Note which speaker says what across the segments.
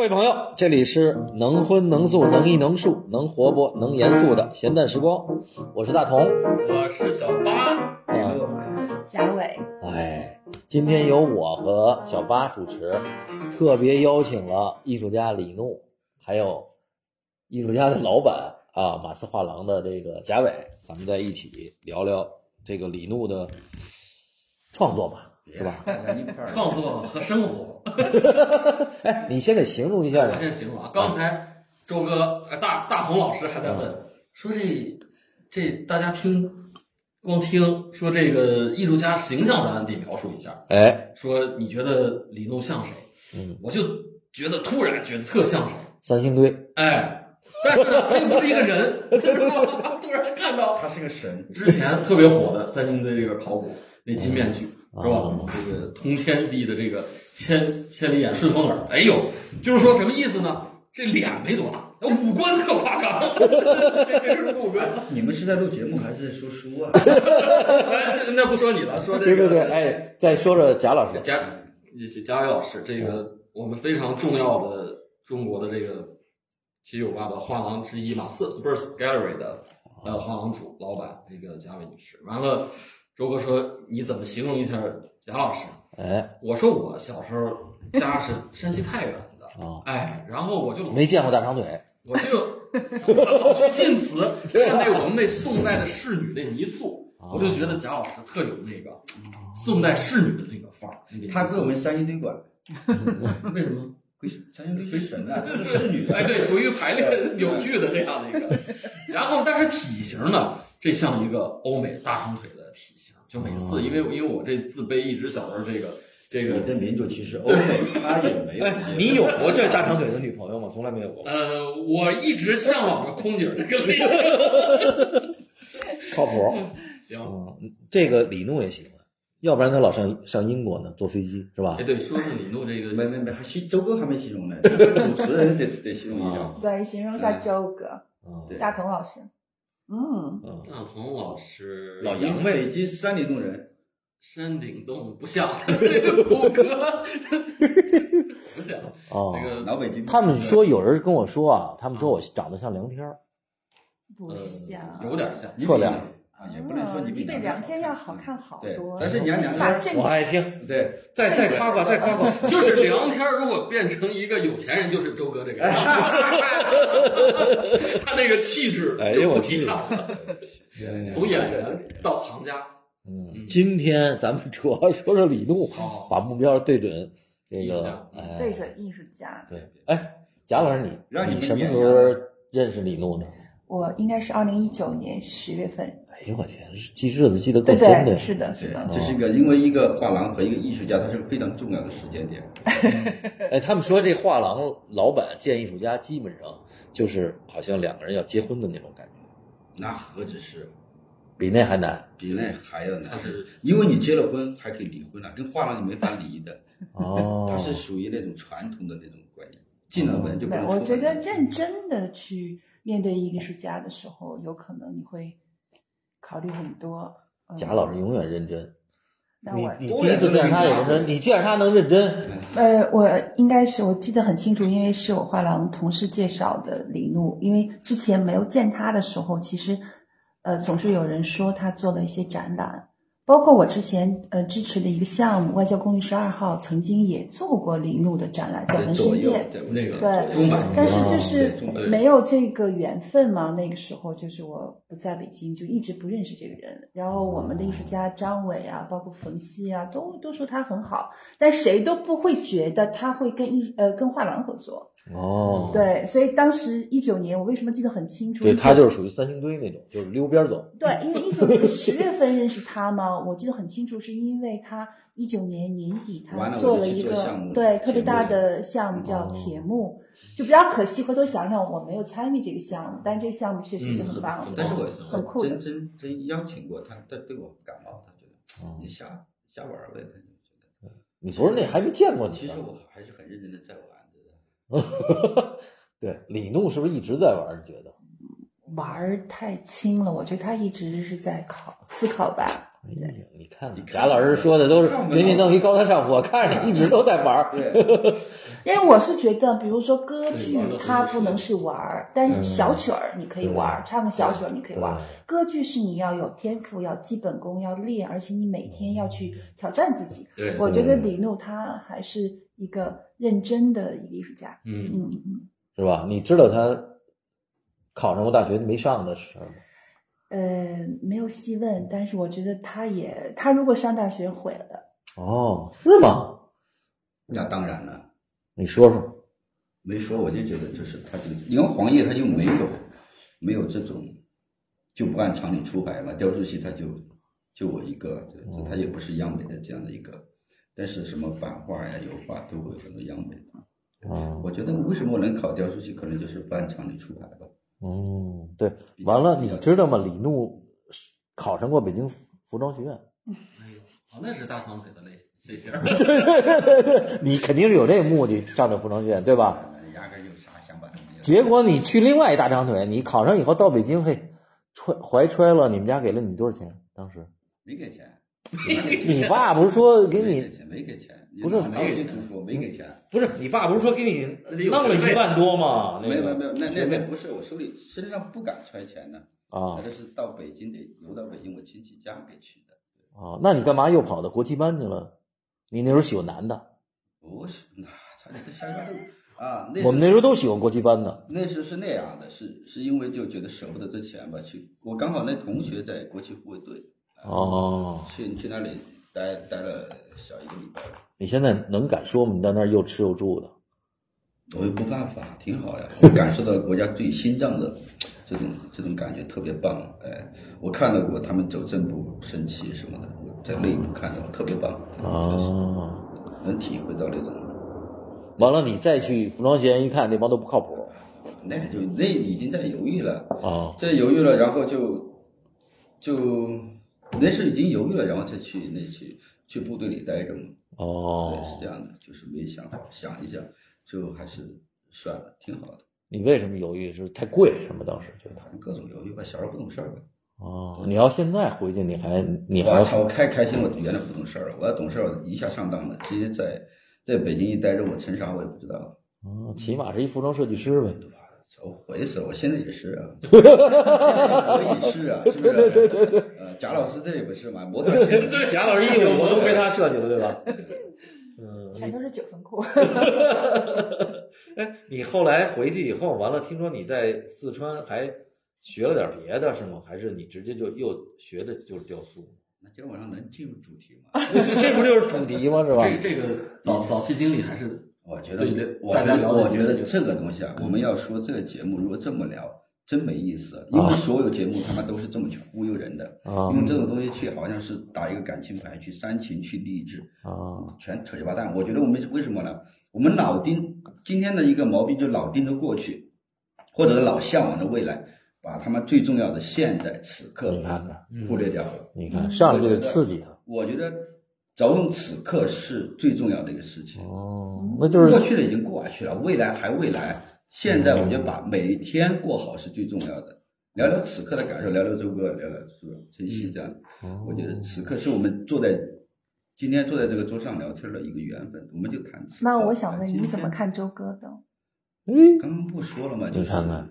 Speaker 1: 位朋友，这里是能荤能素能艺能术能活泼能严肃的闲淡时光，我是大同。
Speaker 2: 我是小八，
Speaker 1: 哎呀，
Speaker 3: 贾伟，
Speaker 1: 哎，今天由我和小八主持，特别邀请了艺术家李怒，还有艺术家的老板啊马斯画廊的这个贾伟，咱们在一起聊聊这个李怒的创作吧，是吧？
Speaker 4: 看看一块 儿
Speaker 2: 创作和生活，
Speaker 1: 哎，你先给形容一下
Speaker 2: 我，先形容啊。刚才周哥、呃大大红老师还在问，说这这大家听，光听说这个艺术家形象，咱得描述一下。
Speaker 1: 哎，
Speaker 2: 说你觉得李诺像谁？
Speaker 1: 嗯，
Speaker 2: 我就觉得突然觉得特像谁，
Speaker 1: 三星堆，
Speaker 2: 哎，但是呢，他又不是一个人，是吧突然看到
Speaker 4: 他是个神，
Speaker 2: 之前特别火的三星堆这个考古那金面具
Speaker 1: 嗯
Speaker 2: 是吧
Speaker 1: 哦？
Speaker 2: 这个通天地的这个千千里眼顺风耳，哎呦，就是说什么意思呢？这脸没多大，五官特夸张， 这这是五官。
Speaker 4: 你们是在录节目还是在说书 啊？
Speaker 2: 是哎那不说你了，说这
Speaker 1: 对
Speaker 2: 个
Speaker 1: 对对，哎，再说说贾老师，
Speaker 2: 贾贾贾伟老师，这个我们非常重要的中国的这个七九八的画廊之一嘛，Sp-，Spurs Gallery 的呃画廊主老板这个贾伟女士。完了，周哥说你怎么形容一下贾老师？
Speaker 1: 哎，
Speaker 2: 我说我小时候家是山西太原的，
Speaker 1: 啊，
Speaker 2: 哎，然后我就老
Speaker 1: 没见过大长腿，
Speaker 2: 我就老去晋祠看那我们那宋代的仕女那泥塑，我就觉得贾老师特有那个宋代仕女的那个范儿。那个
Speaker 4: 他跟我们三星堆管，
Speaker 2: 为什么？
Speaker 4: 归三星堆是神啊，这是侍女
Speaker 2: 哎，对，属于排 列扭曲的这样的一个。然后，但是体型呢，这像一个欧美大长腿的体型。就每次，因为因为我这自卑，一直小时候这个这
Speaker 4: 哦
Speaker 2: 个，
Speaker 4: 你的民族其实欧美他也没有，
Speaker 1: 哎，你有过这大长腿的女朋友吗？从来没有过，
Speaker 2: 呃，我一直向往着空姐儿这个类型。
Speaker 1: 靠谱。
Speaker 2: 行，
Speaker 1: 哦，这个李诺也喜欢，要不然他老上上英国呢，坐飞机是吧
Speaker 2: 哎，？对，说是李诺这
Speaker 4: 没
Speaker 2: 个，
Speaker 4: 没没，还西周哥还没形 容呢，主持人得得形容一下。
Speaker 1: 啊，
Speaker 3: 对，形容一下周哥，
Speaker 1: 嗯
Speaker 4: 对
Speaker 3: 大同老师，嗯，
Speaker 1: 嗯，
Speaker 2: 大鹏老师，
Speaker 4: 老杨呗，以及山里洞人，
Speaker 2: 山顶洞不像， 这个骨骼 不像。
Speaker 1: 哦
Speaker 2: 那，个呃
Speaker 4: 老北京。
Speaker 1: 他们说有人跟我说啊，他们说我长得像梁天儿，
Speaker 3: 不
Speaker 2: 呃
Speaker 3: 像，
Speaker 2: 有点像。
Speaker 4: 你比
Speaker 1: 错了
Speaker 4: 啊，也不能说你
Speaker 3: 哦比
Speaker 4: 梁
Speaker 3: 梁天要好看好
Speaker 4: 对
Speaker 3: 多，
Speaker 4: 但是你要
Speaker 3: 起
Speaker 4: 梁
Speaker 3: 码
Speaker 4: 天
Speaker 3: 正
Speaker 1: 我爱听。
Speaker 4: 嗯对，再再夸夸，再夸 夸。
Speaker 2: 就是梁天儿如果变成一个有钱人，就是周哥这个 样子， 他那个气质
Speaker 1: 哎
Speaker 2: 就
Speaker 1: 呦，
Speaker 2: 不
Speaker 1: 我哎
Speaker 2: 提
Speaker 1: 听
Speaker 2: 倡了。从演员到藏家，
Speaker 1: 嗯，今天咱们主要说说李诺，
Speaker 2: 哦
Speaker 1: 把目标对准这个，
Speaker 2: 嗯
Speaker 1: 哎，
Speaker 3: 对准艺术家。
Speaker 1: 对，哎，贾老师你，
Speaker 4: 让你
Speaker 1: 你
Speaker 4: 们
Speaker 1: 什么
Speaker 4: 演
Speaker 1: 时
Speaker 4: 一
Speaker 1: 候
Speaker 4: 下
Speaker 1: 认识李诺的？
Speaker 3: 我应该是二零一九年十月份，
Speaker 1: 哎呦我天，记日子记得够
Speaker 3: 对
Speaker 1: 深
Speaker 3: 对，
Speaker 1: 的，
Speaker 3: 是的，是
Speaker 4: 对
Speaker 3: 的，
Speaker 4: 这是一个，因为一个画廊和一个艺术家，他是非常重要的时间点。
Speaker 1: 哎，他们说这画廊老板见艺术家，基本上就是好像两个人要结婚的那种感觉，
Speaker 4: 那何止是，
Speaker 1: 比那还难。
Speaker 4: 比那还要难
Speaker 2: 他是，
Speaker 4: 因为你结了婚还可以离婚了，跟画廊你没法离的。
Speaker 1: 哦
Speaker 4: 它是属于那种传统的那种观念，进了门就不
Speaker 3: 哦没有，
Speaker 4: 能
Speaker 3: 我
Speaker 4: 出
Speaker 3: 觉
Speaker 4: 来
Speaker 3: 得认真的去面对艺术家的时候，有可能你会考虑很多。嗯
Speaker 1: 贾老师，永远认真。
Speaker 3: 那
Speaker 1: 你
Speaker 3: 我
Speaker 1: 你
Speaker 4: 都
Speaker 1: 第一次
Speaker 4: 认真
Speaker 1: 见他也
Speaker 4: 你
Speaker 1: 认
Speaker 4: 妈
Speaker 1: 真，你见着他能认真，
Speaker 3: 呃，我应该是我记得很清楚，因为是我画廊同事介绍的李怒。因为之前没有见他的时候，其实，呃，总是有人说他做了一些展览，包括我之前呃支持的一个项目《外交公寓十二号》，曾经也做过李怒的展览，在纹
Speaker 4: 左
Speaker 3: 身
Speaker 4: 右
Speaker 3: 店。
Speaker 4: 对
Speaker 2: 那个
Speaker 3: 对
Speaker 4: 嗯中版，啊
Speaker 3: 但是
Speaker 1: 哦
Speaker 3: 就是
Speaker 4: 对中
Speaker 2: 对
Speaker 3: 没有这个缘分嘛，那个时候就是我不在北京，就一直不认识这个人。然后我们的艺术家张伟啊，包括冯曦啊，都都说他很好，但谁都不会觉得他会跟艺呃跟画廊合作。
Speaker 1: 哦，
Speaker 3: 对，所以当时一九年，我为什么记得很清楚？
Speaker 1: 对，他
Speaker 3: 19
Speaker 1: 就是属于三星堆那种，就是溜边儿走。
Speaker 3: 对，因为一九年十月份认识他嘛，我记得很清楚，是因为他一九年年底
Speaker 4: 完
Speaker 3: 他
Speaker 4: 了
Speaker 3: 做
Speaker 4: 我就
Speaker 3: 了
Speaker 4: 去
Speaker 3: 一
Speaker 4: 做
Speaker 3: 个
Speaker 4: 项目
Speaker 3: 对
Speaker 4: 了
Speaker 3: 特别
Speaker 4: 铁
Speaker 3: 大
Speaker 4: 幕
Speaker 3: 的项目叫
Speaker 1: 哦
Speaker 3: 铁幕，就比较可惜。回头想想，我没有参与这个项目，但是这个项目确实是
Speaker 2: 嗯
Speaker 3: 很棒的，
Speaker 4: 但是我
Speaker 3: 很酷的
Speaker 4: 真。真真邀请过他，他对我不感冒，他觉得
Speaker 1: 哦
Speaker 4: 你瞎瞎玩儿呗，他就觉得。
Speaker 1: 你不是那还没见过你呢？
Speaker 4: 其实我还是很认真的在玩的。
Speaker 1: 对李怒是不是一直在玩儿？你觉得？
Speaker 3: 玩儿太轻了，我觉得他一直是在考思考吧，
Speaker 1: 哎呀你看
Speaker 4: 你看
Speaker 1: 贾老师说的都是
Speaker 4: 看不到
Speaker 1: 给你弄一高大上，我看着你一直都在玩儿。
Speaker 4: 对，
Speaker 3: 因为我是觉得，比如说歌剧
Speaker 2: 对玩的，
Speaker 3: 它不能是玩儿，但是小曲儿你
Speaker 4: 嗯
Speaker 3: 可以玩儿，
Speaker 1: 对
Speaker 3: 唱个小曲 儿你可以
Speaker 1: 对
Speaker 3: 玩儿。歌剧是你要有天赋，要基本功，要练，而且你每天要去挑战自己。
Speaker 2: 对，
Speaker 3: 我觉得李诺他还是一个认真的艺术家。
Speaker 2: 嗯，
Speaker 3: 嗯嗯，
Speaker 1: 是吧？你知道他考上过大学没上的时候吗？
Speaker 3: 呃，没有细问，但是我觉得他也，他如果上大学毁了，
Speaker 1: 哦，是吗？
Speaker 4: 那当然了，
Speaker 1: 你说说，
Speaker 4: 没说我就觉得就是他这个，你看黄叶他就没有没有这种就不按常理出牌嘛，雕塑系他就就我一个，这这他也不是央美的这样的一个，但是什么版画呀、油画都会有很多央美的。
Speaker 1: 啊，
Speaker 4: 我觉得为什么我能考雕塑系，可能就是不按常理出牌吧。
Speaker 1: 嗯，对，完了，你知道吗？李怒是考上过北京服装学院，
Speaker 2: 哎呦，哦，那是大长腿的类类 型儿。
Speaker 1: 你肯定是有这目的上的服装学院，对吧？
Speaker 4: 压根儿就啥想法都没有。
Speaker 1: 结果你去另外一大长腿，你考上以后到北京，嘿，揣怀揣了，你们家给了你多少钱？当 时
Speaker 4: 没给钱，
Speaker 1: 你爸啊不是说给
Speaker 4: 没给
Speaker 1: 你
Speaker 4: 钱，没给钱，
Speaker 1: 不是
Speaker 4: 没给读书，没给钱，
Speaker 1: 不是你爸不是说给
Speaker 2: 那里
Speaker 1: 你
Speaker 2: 有
Speaker 1: 弄了
Speaker 2: 学费
Speaker 1: 一万多吗？
Speaker 4: 没有没有没有，那那
Speaker 1: 学费
Speaker 4: 那不是我手里身上不敢揣钱呢，
Speaker 1: 啊
Speaker 4: 那都是到北京得邮到北京我亲戚家给去的。
Speaker 1: 啊，那你干嘛又跑到国际班去了？你那时候喜欢男的，
Speaker 4: 不是，那差点瞎说啊！那
Speaker 1: 我们那时候都喜欢国际班的。
Speaker 4: 那时候是那样的，是是因为就觉得舍不得这钱吧，去我刚好那同学在国际护卫队，啊
Speaker 1: 哦，
Speaker 4: 去去那里待待了小一个礼拜吧。
Speaker 1: 你现在能敢说吗？你在那儿又吃又住的，
Speaker 4: 我又不犯法，挺好呀！ 我感受到国家对心脏的这种这种感觉特别棒，哎，我看到过他们走正步升旗什么的，我在内部看到特别棒，
Speaker 1: 哦，
Speaker 4: 能体会到那种，
Speaker 1: 完了你再去服装学院一看，那帮都不靠谱
Speaker 4: 那就那已经在犹豫了，
Speaker 1: 啊
Speaker 4: 在犹豫了，然后就就那时候已经犹豫了，然后再去那去去部队里待着嘛，对，是
Speaker 1: 哦
Speaker 4: 这，样的，就是没想好，想一下就还是算了，挺好的，
Speaker 1: 你为什么犹豫？是太贵是吗？当时觉得
Speaker 4: 反正各种犹豫吧，小时候不懂事儿吧。
Speaker 1: 哦，你要现在回去，你还你还
Speaker 4: 我操！我开开心，我原来不懂事儿了。我要懂事儿，我一下上当了，直接在在北京一待着，我成啥我也不知道，
Speaker 1: 哦起码是一服装设计师呗。
Speaker 4: 我悔死了。我现在也是 啊，现在也可以是啊，是不是？对对对对。呃，贾老师这也不是嘛，模特 儿现在
Speaker 1: 贾老师衣服我都被他设计了，对吧？嗯，
Speaker 3: 全都是九分裤。
Speaker 1: 哎，你后来回去以后，完了听说你在四川还学了点别的，是吗？还是你直接就又学的就是雕塑？
Speaker 4: 那今儿晚上能进入主题 吗？
Speaker 1: 这不就是主题吗？是吧？
Speaker 2: 这这个早早期经理还是
Speaker 4: 嗯我觉得
Speaker 2: 对对，
Speaker 4: 我
Speaker 2: 大家
Speaker 4: 觉
Speaker 2: 聊
Speaker 4: 得
Speaker 2: 的
Speaker 4: 我觉得这个东西
Speaker 2: 嗯
Speaker 4: 啊，我们要说这个节目，如果这么聊，真没意思，因
Speaker 1: 啊
Speaker 4: 为所有节目他妈都是这么去忽悠人的，
Speaker 1: 啊
Speaker 4: 用这种东西去好像是打一个感情牌，去煽情，去励志。
Speaker 1: 啊
Speaker 4: 全扯鸡巴蛋。我觉得我们是为什么呢？我们老盯今天的一个毛病，就老盯着过去，或者老向往着未来，把他们最重要的现在此刻
Speaker 1: 你
Speaker 2: 嗯
Speaker 1: 看看
Speaker 4: 忽略掉了。
Speaker 1: 你看上来就得刺激他。
Speaker 4: 我觉得着重此刻是最重要的一个事情。
Speaker 1: 哦，那就是
Speaker 4: 过去的已经过去了，未来还未来。现在我觉得把每一天过好是最重要的。聊聊此刻的感受，聊聊周哥，聊聊是不是珍
Speaker 3: 嗯
Speaker 4: 惜这样的。
Speaker 1: 哦
Speaker 4: 我觉得此刻是我们坐在今天坐在这个桌上聊天的一个缘分，我们就谈此刻。
Speaker 3: 那我想 问，
Speaker 4: 谈今
Speaker 3: 你怎么
Speaker 4: 天
Speaker 3: 看周哥的？
Speaker 1: 嗯，
Speaker 4: 刚刚不说了吗？就是
Speaker 1: 你看看，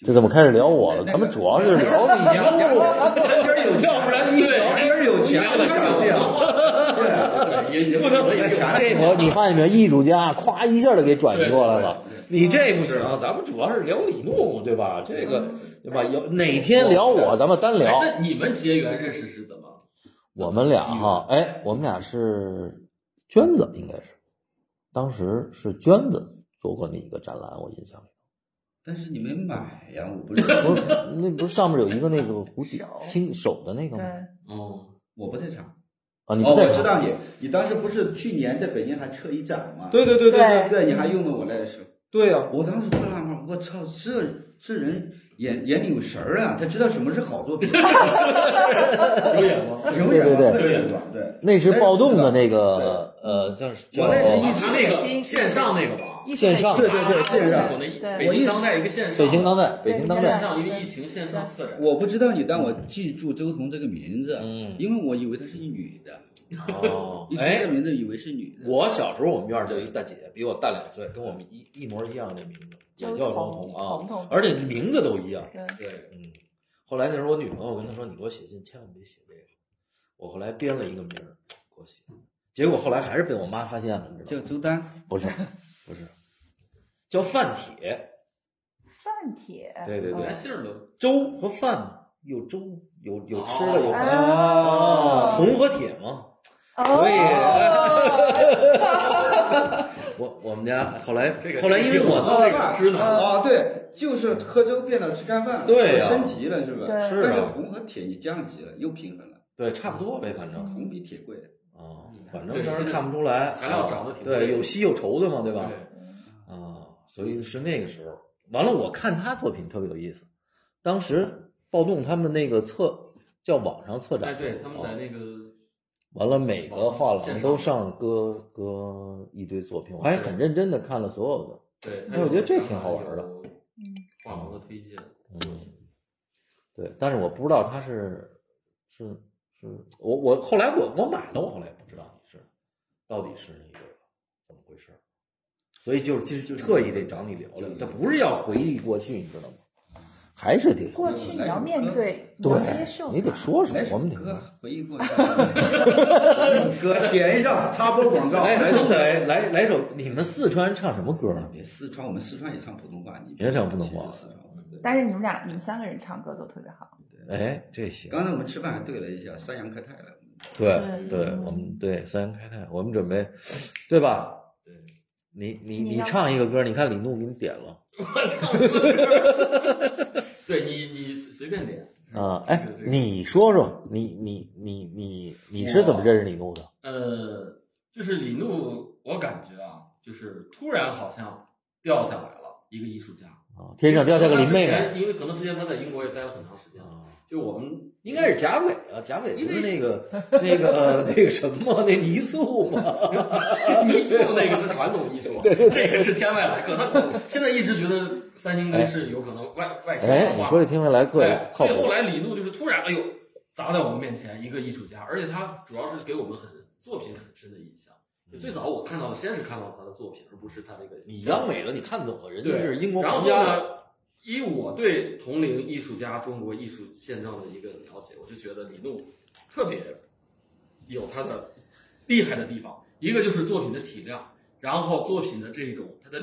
Speaker 4: 就
Speaker 1: 这怎么开始聊我了？
Speaker 4: 那个
Speaker 1: 咱们主要是聊你
Speaker 4: 聊
Speaker 1: 家
Speaker 4: 聊聊天有
Speaker 1: 要不然一聊
Speaker 4: 聊天有钱了，就是这样。对，也也不能有钱
Speaker 1: 这个你发现没有？艺术家咵一下就给转移过来了。
Speaker 4: 对对
Speaker 1: 你这不行，咱们主要是聊李怒，对吧？这个对吧？有哪天聊我，咱们单嗯聊。
Speaker 2: 哎那你们结缘认识是怎么？
Speaker 1: 我们俩哈，哎，我们俩是娟子，应该是，当时是娟子做过那一个展览，我印象里，
Speaker 4: 但是你没买呀，我不 是，
Speaker 1: 不是那不是上面有一个那个蝴蝶
Speaker 3: 手
Speaker 1: 亲手的那个
Speaker 3: 对，
Speaker 1: 吗？
Speaker 2: 哦，
Speaker 4: 我不在场。
Speaker 1: 啊，你
Speaker 4: 哦，
Speaker 1: 不在
Speaker 4: 我
Speaker 1: 场
Speaker 4: 知道你，你当时不是去年在北京还撤一展吗？
Speaker 1: 对对对
Speaker 3: 对
Speaker 4: 对，啊你还用了我那时候，
Speaker 1: 对呀，
Speaker 4: 我当时特纳闷，我操，这这人眼眼里有神儿啊，他知道什么是好作品，
Speaker 2: 有眼光，
Speaker 4: 有眼
Speaker 1: 对对
Speaker 4: 光，
Speaker 1: 对
Speaker 4: 有眼光，对。
Speaker 1: 那是暴动的那个呃，叫什
Speaker 4: 我那是
Speaker 1: 叫
Speaker 4: 一
Speaker 2: 他那个线上那个吧，上，
Speaker 3: 艺术
Speaker 1: 线
Speaker 3: 类
Speaker 1: 上
Speaker 4: 对对对，线
Speaker 2: 我
Speaker 4: 上。
Speaker 2: 那一
Speaker 3: 对
Speaker 2: 北京当代一个线上，
Speaker 1: 北京当代，北京当
Speaker 2: 线
Speaker 1: 代，
Speaker 2: 上一个疫情线上策展，
Speaker 4: 我不知道你，但我记住周彤这个名字，
Speaker 1: 嗯
Speaker 4: 因为我以为她是一女的，
Speaker 1: 哦
Speaker 4: 一听
Speaker 1: 哎
Speaker 4: 这个，名字以为是女的。
Speaker 1: 我小时候我们院儿就有一大姐，比我大两岁，跟我们一一模一样的名字，也叫周彤啊，
Speaker 3: 彤彤，
Speaker 1: 而且名字都一样。
Speaker 3: 对
Speaker 2: 对，
Speaker 1: 嗯，后来那时候我女朋友跟她说：“你给我写信，千万别写这个。”我后来编了一个名儿给我写，结果后来还是被我妈发现了，你知
Speaker 4: 叫
Speaker 1: 道吗？
Speaker 4: 周丹，
Speaker 1: 不是，不是，叫范铁。
Speaker 3: 饭帖，
Speaker 1: 对对对
Speaker 2: 连
Speaker 3: 嗯
Speaker 2: 姓儿都
Speaker 1: 粥和饭有粥，有有吃的，有饭。
Speaker 3: 哦
Speaker 1: 铜和铁嘛，
Speaker 3: 哦，
Speaker 1: 所以
Speaker 3: 以
Speaker 1: 我我们家后来
Speaker 2: 这个
Speaker 1: 后来因为哎我
Speaker 2: 这个知
Speaker 4: 啊、
Speaker 2: 呢，
Speaker 4: 对，就是喝粥变了吃干饭了，
Speaker 1: 对呀
Speaker 4: 升级了是吧？
Speaker 3: 对
Speaker 1: 是啊
Speaker 4: 但是铜和铁你降级了，又平衡了，
Speaker 1: 对差不多呗，反正
Speaker 4: 铜比铁贵。
Speaker 1: 啊
Speaker 2: 嗯，
Speaker 1: 反正
Speaker 2: 对
Speaker 1: 当时
Speaker 2: 现在
Speaker 1: 看不出来，啊
Speaker 2: 材料长得挺
Speaker 1: 对，
Speaker 2: 贵
Speaker 1: 有稀有稠的嘛，对
Speaker 2: 对
Speaker 1: 吧？啊，所以是那个时候。完了，我看他作品特别有意思，当时暴动他们那个策叫网上策展，
Speaker 2: 哎，对，他们在
Speaker 1: 啊
Speaker 2: 那个
Speaker 1: 完了，每个画
Speaker 2: 网
Speaker 1: 廊
Speaker 2: 线
Speaker 1: 都
Speaker 2: 上
Speaker 1: 上搁搁一堆作品，我还
Speaker 2: 对
Speaker 1: 很认真的看了所有的。
Speaker 2: 对，
Speaker 1: 哎我觉得这挺好玩的
Speaker 2: 有
Speaker 3: 嗯
Speaker 2: 画廊的推荐，
Speaker 1: 嗯，对，但是我不知道他是是是我我后来我我买了，我后来也不知道你是到底是一个怎么回事儿，所以就是就是特意得找你聊聊，他不是要回忆过去，你知道吗？还是得
Speaker 3: 过去你要面对，你要接受
Speaker 1: 对，，你得说说
Speaker 4: 来，首
Speaker 1: 我们得
Speaker 4: 歌回忆过去，来首歌点一下插播广告，
Speaker 1: 哎，
Speaker 4: 来首
Speaker 1: 真的
Speaker 4: 歌。
Speaker 1: 哎，来来首你们四川唱什么歌啊呢？
Speaker 4: 别四川，我们四川也唱普通话，你
Speaker 1: 别唱普通话
Speaker 4: 歧视四川
Speaker 1: 嗯
Speaker 4: 话对
Speaker 3: 但是你们俩你们三个人唱歌都特别好，
Speaker 1: 哎，这行，
Speaker 4: 刚才我们吃饭还对了一下，三羊开泰了。
Speaker 1: 对
Speaker 3: 是
Speaker 1: 对，
Speaker 3: 嗯
Speaker 1: 我们对三阳开泰，我们准备，对吧？
Speaker 2: 对，
Speaker 1: 你你
Speaker 3: 你
Speaker 1: 你
Speaker 3: 要
Speaker 1: 唱一个歌，你看李怒给你点了
Speaker 2: 我唱什么歌儿对你你随便点，
Speaker 1: 啊？哎
Speaker 2: 这个这，个
Speaker 1: 你说说，你你你你你是怎么认识李怒的？
Speaker 2: 呃，就是李怒，我感觉啊，就是突然好像掉下来了一个艺术家，
Speaker 1: 啊，天上掉下个林妹
Speaker 2: 因为他之
Speaker 1: 妹，
Speaker 2: 前因为可能之前他在英国也待了很长时间，
Speaker 1: 啊，
Speaker 2: 就我们
Speaker 1: 应该是贾伟啊，贾伟
Speaker 2: 因
Speaker 1: 不
Speaker 2: 为
Speaker 1: 是那个那个那个什么那泥塑吗？
Speaker 2: 艺术那个是传统艺术，啊这个是天外来客。他现在一直觉得三星堆是有可能外外星
Speaker 1: 哎，
Speaker 2: 文
Speaker 1: 你
Speaker 2: 化
Speaker 1: 说这天外来客
Speaker 2: 对
Speaker 1: 也，靠
Speaker 2: 哎所以
Speaker 1: 谱
Speaker 2: 后来李怒就是突然，哎呦，砸在我们面前一个艺术家，而且他主要是给我们很作品很深的印象。就最早我看到的，先是看到他的作品，而不是他这个。
Speaker 1: 你央美了，你看懂了，人家
Speaker 2: 对
Speaker 1: 是英国
Speaker 2: 然
Speaker 1: 皇
Speaker 2: 后
Speaker 1: 家。
Speaker 2: 呢，以我对同龄艺术家、中国艺术现状的一个了解，我就觉得李怒特别有他的厉害的地方。一个就是作品的体量，然后作品的这种他的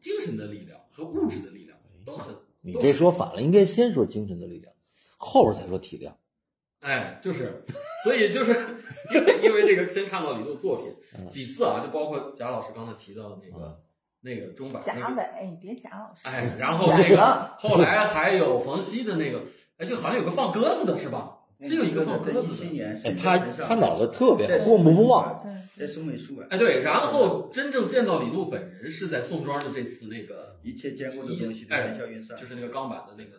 Speaker 2: 精神的力量和物质的力量都很。
Speaker 1: 你这说反了，应该先说精神的力量，后边才说体量。
Speaker 2: 哎，就是，所以就是因为因为这个，先看到李璐作
Speaker 1: 嗯
Speaker 2: 品几次啊，就包括贾老师刚才提到的那个那个钟摆
Speaker 3: 贾
Speaker 2: 那个，
Speaker 3: 伟，你别贾老师，
Speaker 2: 哎，然后那
Speaker 3: 贾
Speaker 2: 个
Speaker 3: 了
Speaker 2: 后来还有冯曦的那个，哎，就好像有个放鸽子的是吧？哎
Speaker 4: 嗯
Speaker 2: 是有一个放
Speaker 4: 在
Speaker 2: 鸽
Speaker 4: 一
Speaker 2: 子
Speaker 4: 七
Speaker 2: 的。
Speaker 4: 年
Speaker 1: 哎，
Speaker 4: 是
Speaker 1: 他他脑子特别
Speaker 4: 在
Speaker 1: 好，过目不忘。哎
Speaker 3: 对，
Speaker 4: 啊在省美啊术馆，
Speaker 2: 哎，对，然后真正见到李璐本人是在宋庄的这次那个，
Speaker 4: 一切坚固的东西都
Speaker 1: 哎
Speaker 4: 含笑于上，
Speaker 2: 就是那个钢板的那个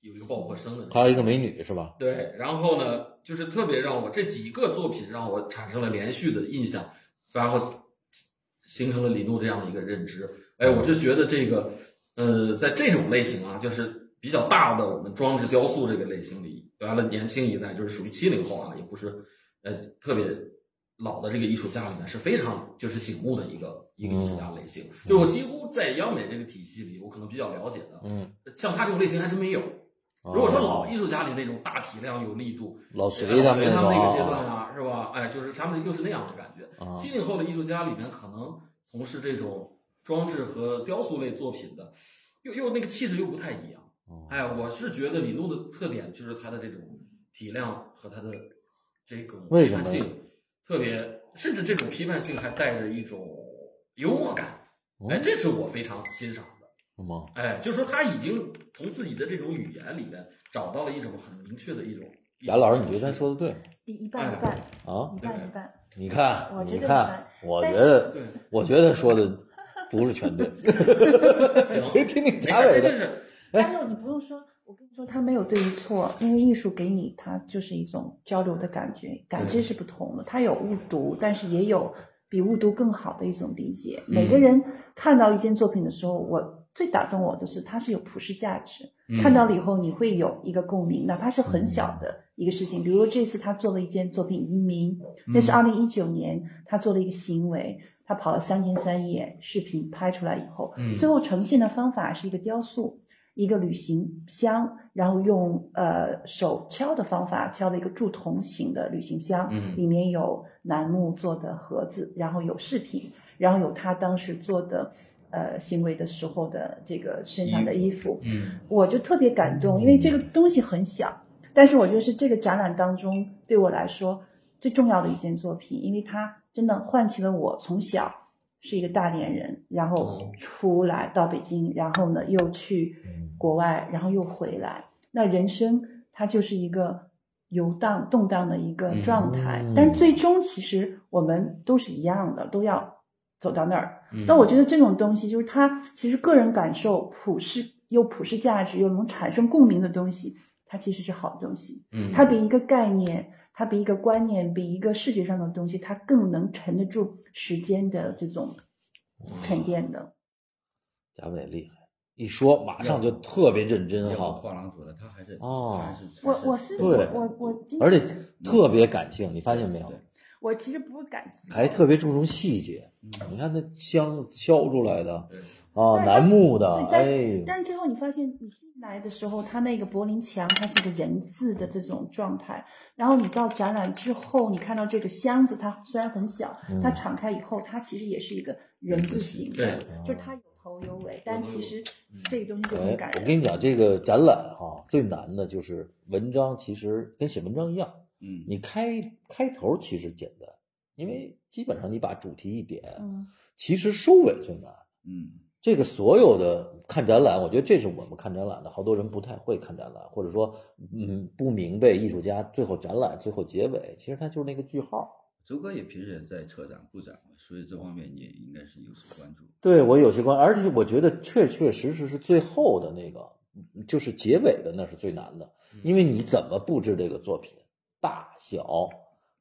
Speaker 2: 有一个爆破声的那个。
Speaker 1: 还有一个美女是吧？
Speaker 2: 对，然后呢，就是特别让我这几个作品让我产生了连续的印象，然后形成了李怒这样的一个认知。哎，我就觉得这个，呃，在这种类型啊，就是比较大的我们装置雕塑这个类型里，完了年轻一代就是属于七零后啊，也不是呃特别老的这个艺术家里面是非常就是醒目的一个一个艺术家类型。就我几乎在央美这个体系里，我可能比较了解的，
Speaker 1: 嗯，
Speaker 2: 像他这种类型还真没有。如果说老艺术家里那种大体量有力度，
Speaker 1: 老
Speaker 2: 随
Speaker 1: 隋
Speaker 2: 他
Speaker 1: 们
Speaker 2: 们那个阶段
Speaker 1: 啊
Speaker 2: 啊，是吧？哎，就是他们又是那样的感觉。
Speaker 1: 啊
Speaker 2: 七零后的艺术家里面，可能从事这种装置和雕塑类作品的，又又那个气质又不太一样。哎，我是觉得李诺的特点就是他的这种体量和他的这种
Speaker 1: 为
Speaker 2: 批
Speaker 1: 什么
Speaker 2: 判性，特别，甚至这种批判性还带着一种幽默感。
Speaker 1: 哦
Speaker 2: 哎，这是我非常欣赏的。
Speaker 1: 什么？
Speaker 2: 哎，就是说他已经从自己的这种语言里面找到了一种很明确的一种。
Speaker 1: 贾老师，你觉得他说的对吗？
Speaker 3: 一一
Speaker 2: 哎
Speaker 3: 半一半，
Speaker 1: 啊？
Speaker 3: 一半一半，
Speaker 1: 你看，
Speaker 3: 我
Speaker 1: 你
Speaker 3: 觉得
Speaker 1: 看，我觉
Speaker 3: 但是
Speaker 1: 得，
Speaker 2: 对，
Speaker 1: 我觉得说的不是全对。
Speaker 2: 行，
Speaker 1: 别 听听
Speaker 2: 没 事
Speaker 1: 贾伟
Speaker 2: 哎这就
Speaker 1: 的，
Speaker 2: 是
Speaker 3: 但是你不用说，我跟你说，它没有对与错，因为艺术给你它就是一种交流的感觉，感知是不同的，它有误读，但是也有。比误读更好的一种理解。每
Speaker 2: 嗯
Speaker 3: 个人看到一件作品的时候，我最打动我的是它是有普世价值。
Speaker 2: 嗯
Speaker 3: 看到了以后，你会有一个共鸣，哪怕是很小的一个事
Speaker 2: 嗯
Speaker 3: 情。比如这次他做了一件作品《移民》，那是二零一九年他做了一个行为，他跑了三天三夜，视频拍出来以后，
Speaker 2: 嗯
Speaker 3: 最后呈现的方法是一个雕塑，一个旅行箱，然后用呃手敲的方法敲了一个铸铜型的旅行箱，
Speaker 2: 嗯
Speaker 3: 里面有楠木做的盒子，然后有饰品，然后有他当时做的呃行为的时候的这个身上的衣服，
Speaker 2: 嗯
Speaker 3: 我就特别感动，因为这个东西很小，但是我觉得是这个展览当中对我来说最重要的一件作品，因为它真的唤起了我从小是一个大连人，然后
Speaker 2: 哦
Speaker 3: 出来到北京，然后呢又去
Speaker 1: 嗯
Speaker 3: 国外，然后又回来，那人生它就是一个游荡动荡的一个状态，
Speaker 1: 嗯
Speaker 3: 但最终其实我们都是一样的，都要走到那儿。
Speaker 2: 嗯，
Speaker 3: 但我觉得这种东西，就是它其实个人感受普世又普世价值又能产生共鸣的东西，它其实是好东西。
Speaker 2: 嗯
Speaker 3: 它比一个概念，它比一个观念，比一个视觉上的东西，它更能沉得住时间的这种沉淀的。
Speaker 1: 贾伟厉害，一说马上就特别认真哈，
Speaker 4: 要画廊主了，他还是
Speaker 1: 哦
Speaker 4: 他还是
Speaker 3: 我我是
Speaker 1: 对
Speaker 3: 我我我今
Speaker 1: 而且
Speaker 3: 天
Speaker 1: 特别感性，你发现没有？
Speaker 3: 我其实不是感性，
Speaker 1: 还特别注重细节。你看那香敲出来的
Speaker 2: 嗯对
Speaker 1: 啊，
Speaker 3: 但是它
Speaker 1: 楠木的
Speaker 3: 对，，但是、
Speaker 1: 哎，
Speaker 3: 但是最后你发现，你进来的时候，它那个柏林墙，它是一个人字的这种状态。然后你到展览之后，你看到这个箱子，它虽然很小，它
Speaker 1: 嗯
Speaker 3: 敞开以后，它其实也是一个人字形的，
Speaker 2: 对
Speaker 3: 就是它有头有尾，但其实
Speaker 2: 嗯
Speaker 3: 这个东西就很
Speaker 1: 啊哎
Speaker 3: 感，
Speaker 1: 我
Speaker 3: 人。
Speaker 1: 跟你讲，这个展览哈、最难的就是文章，其实跟写文章一样，
Speaker 4: 嗯，
Speaker 1: 你开开头其实简单，因为基本上你把主题一点，
Speaker 3: 嗯，
Speaker 1: 其实收尾最难。
Speaker 4: 嗯
Speaker 1: 这个所有的看展览，我觉得这是我们看展览的，好多人不太会看展览，或者说，嗯，不明白艺术家最后展览最后结尾，其实他就是那个句号。
Speaker 4: 周哥也平时也在策展布展，所以这方面你也应该是有所关注。
Speaker 1: 对我有些关，而且我觉得确确实实是最后的那个，就是结尾的那是最难的，因为你怎么布置这个作品，大小，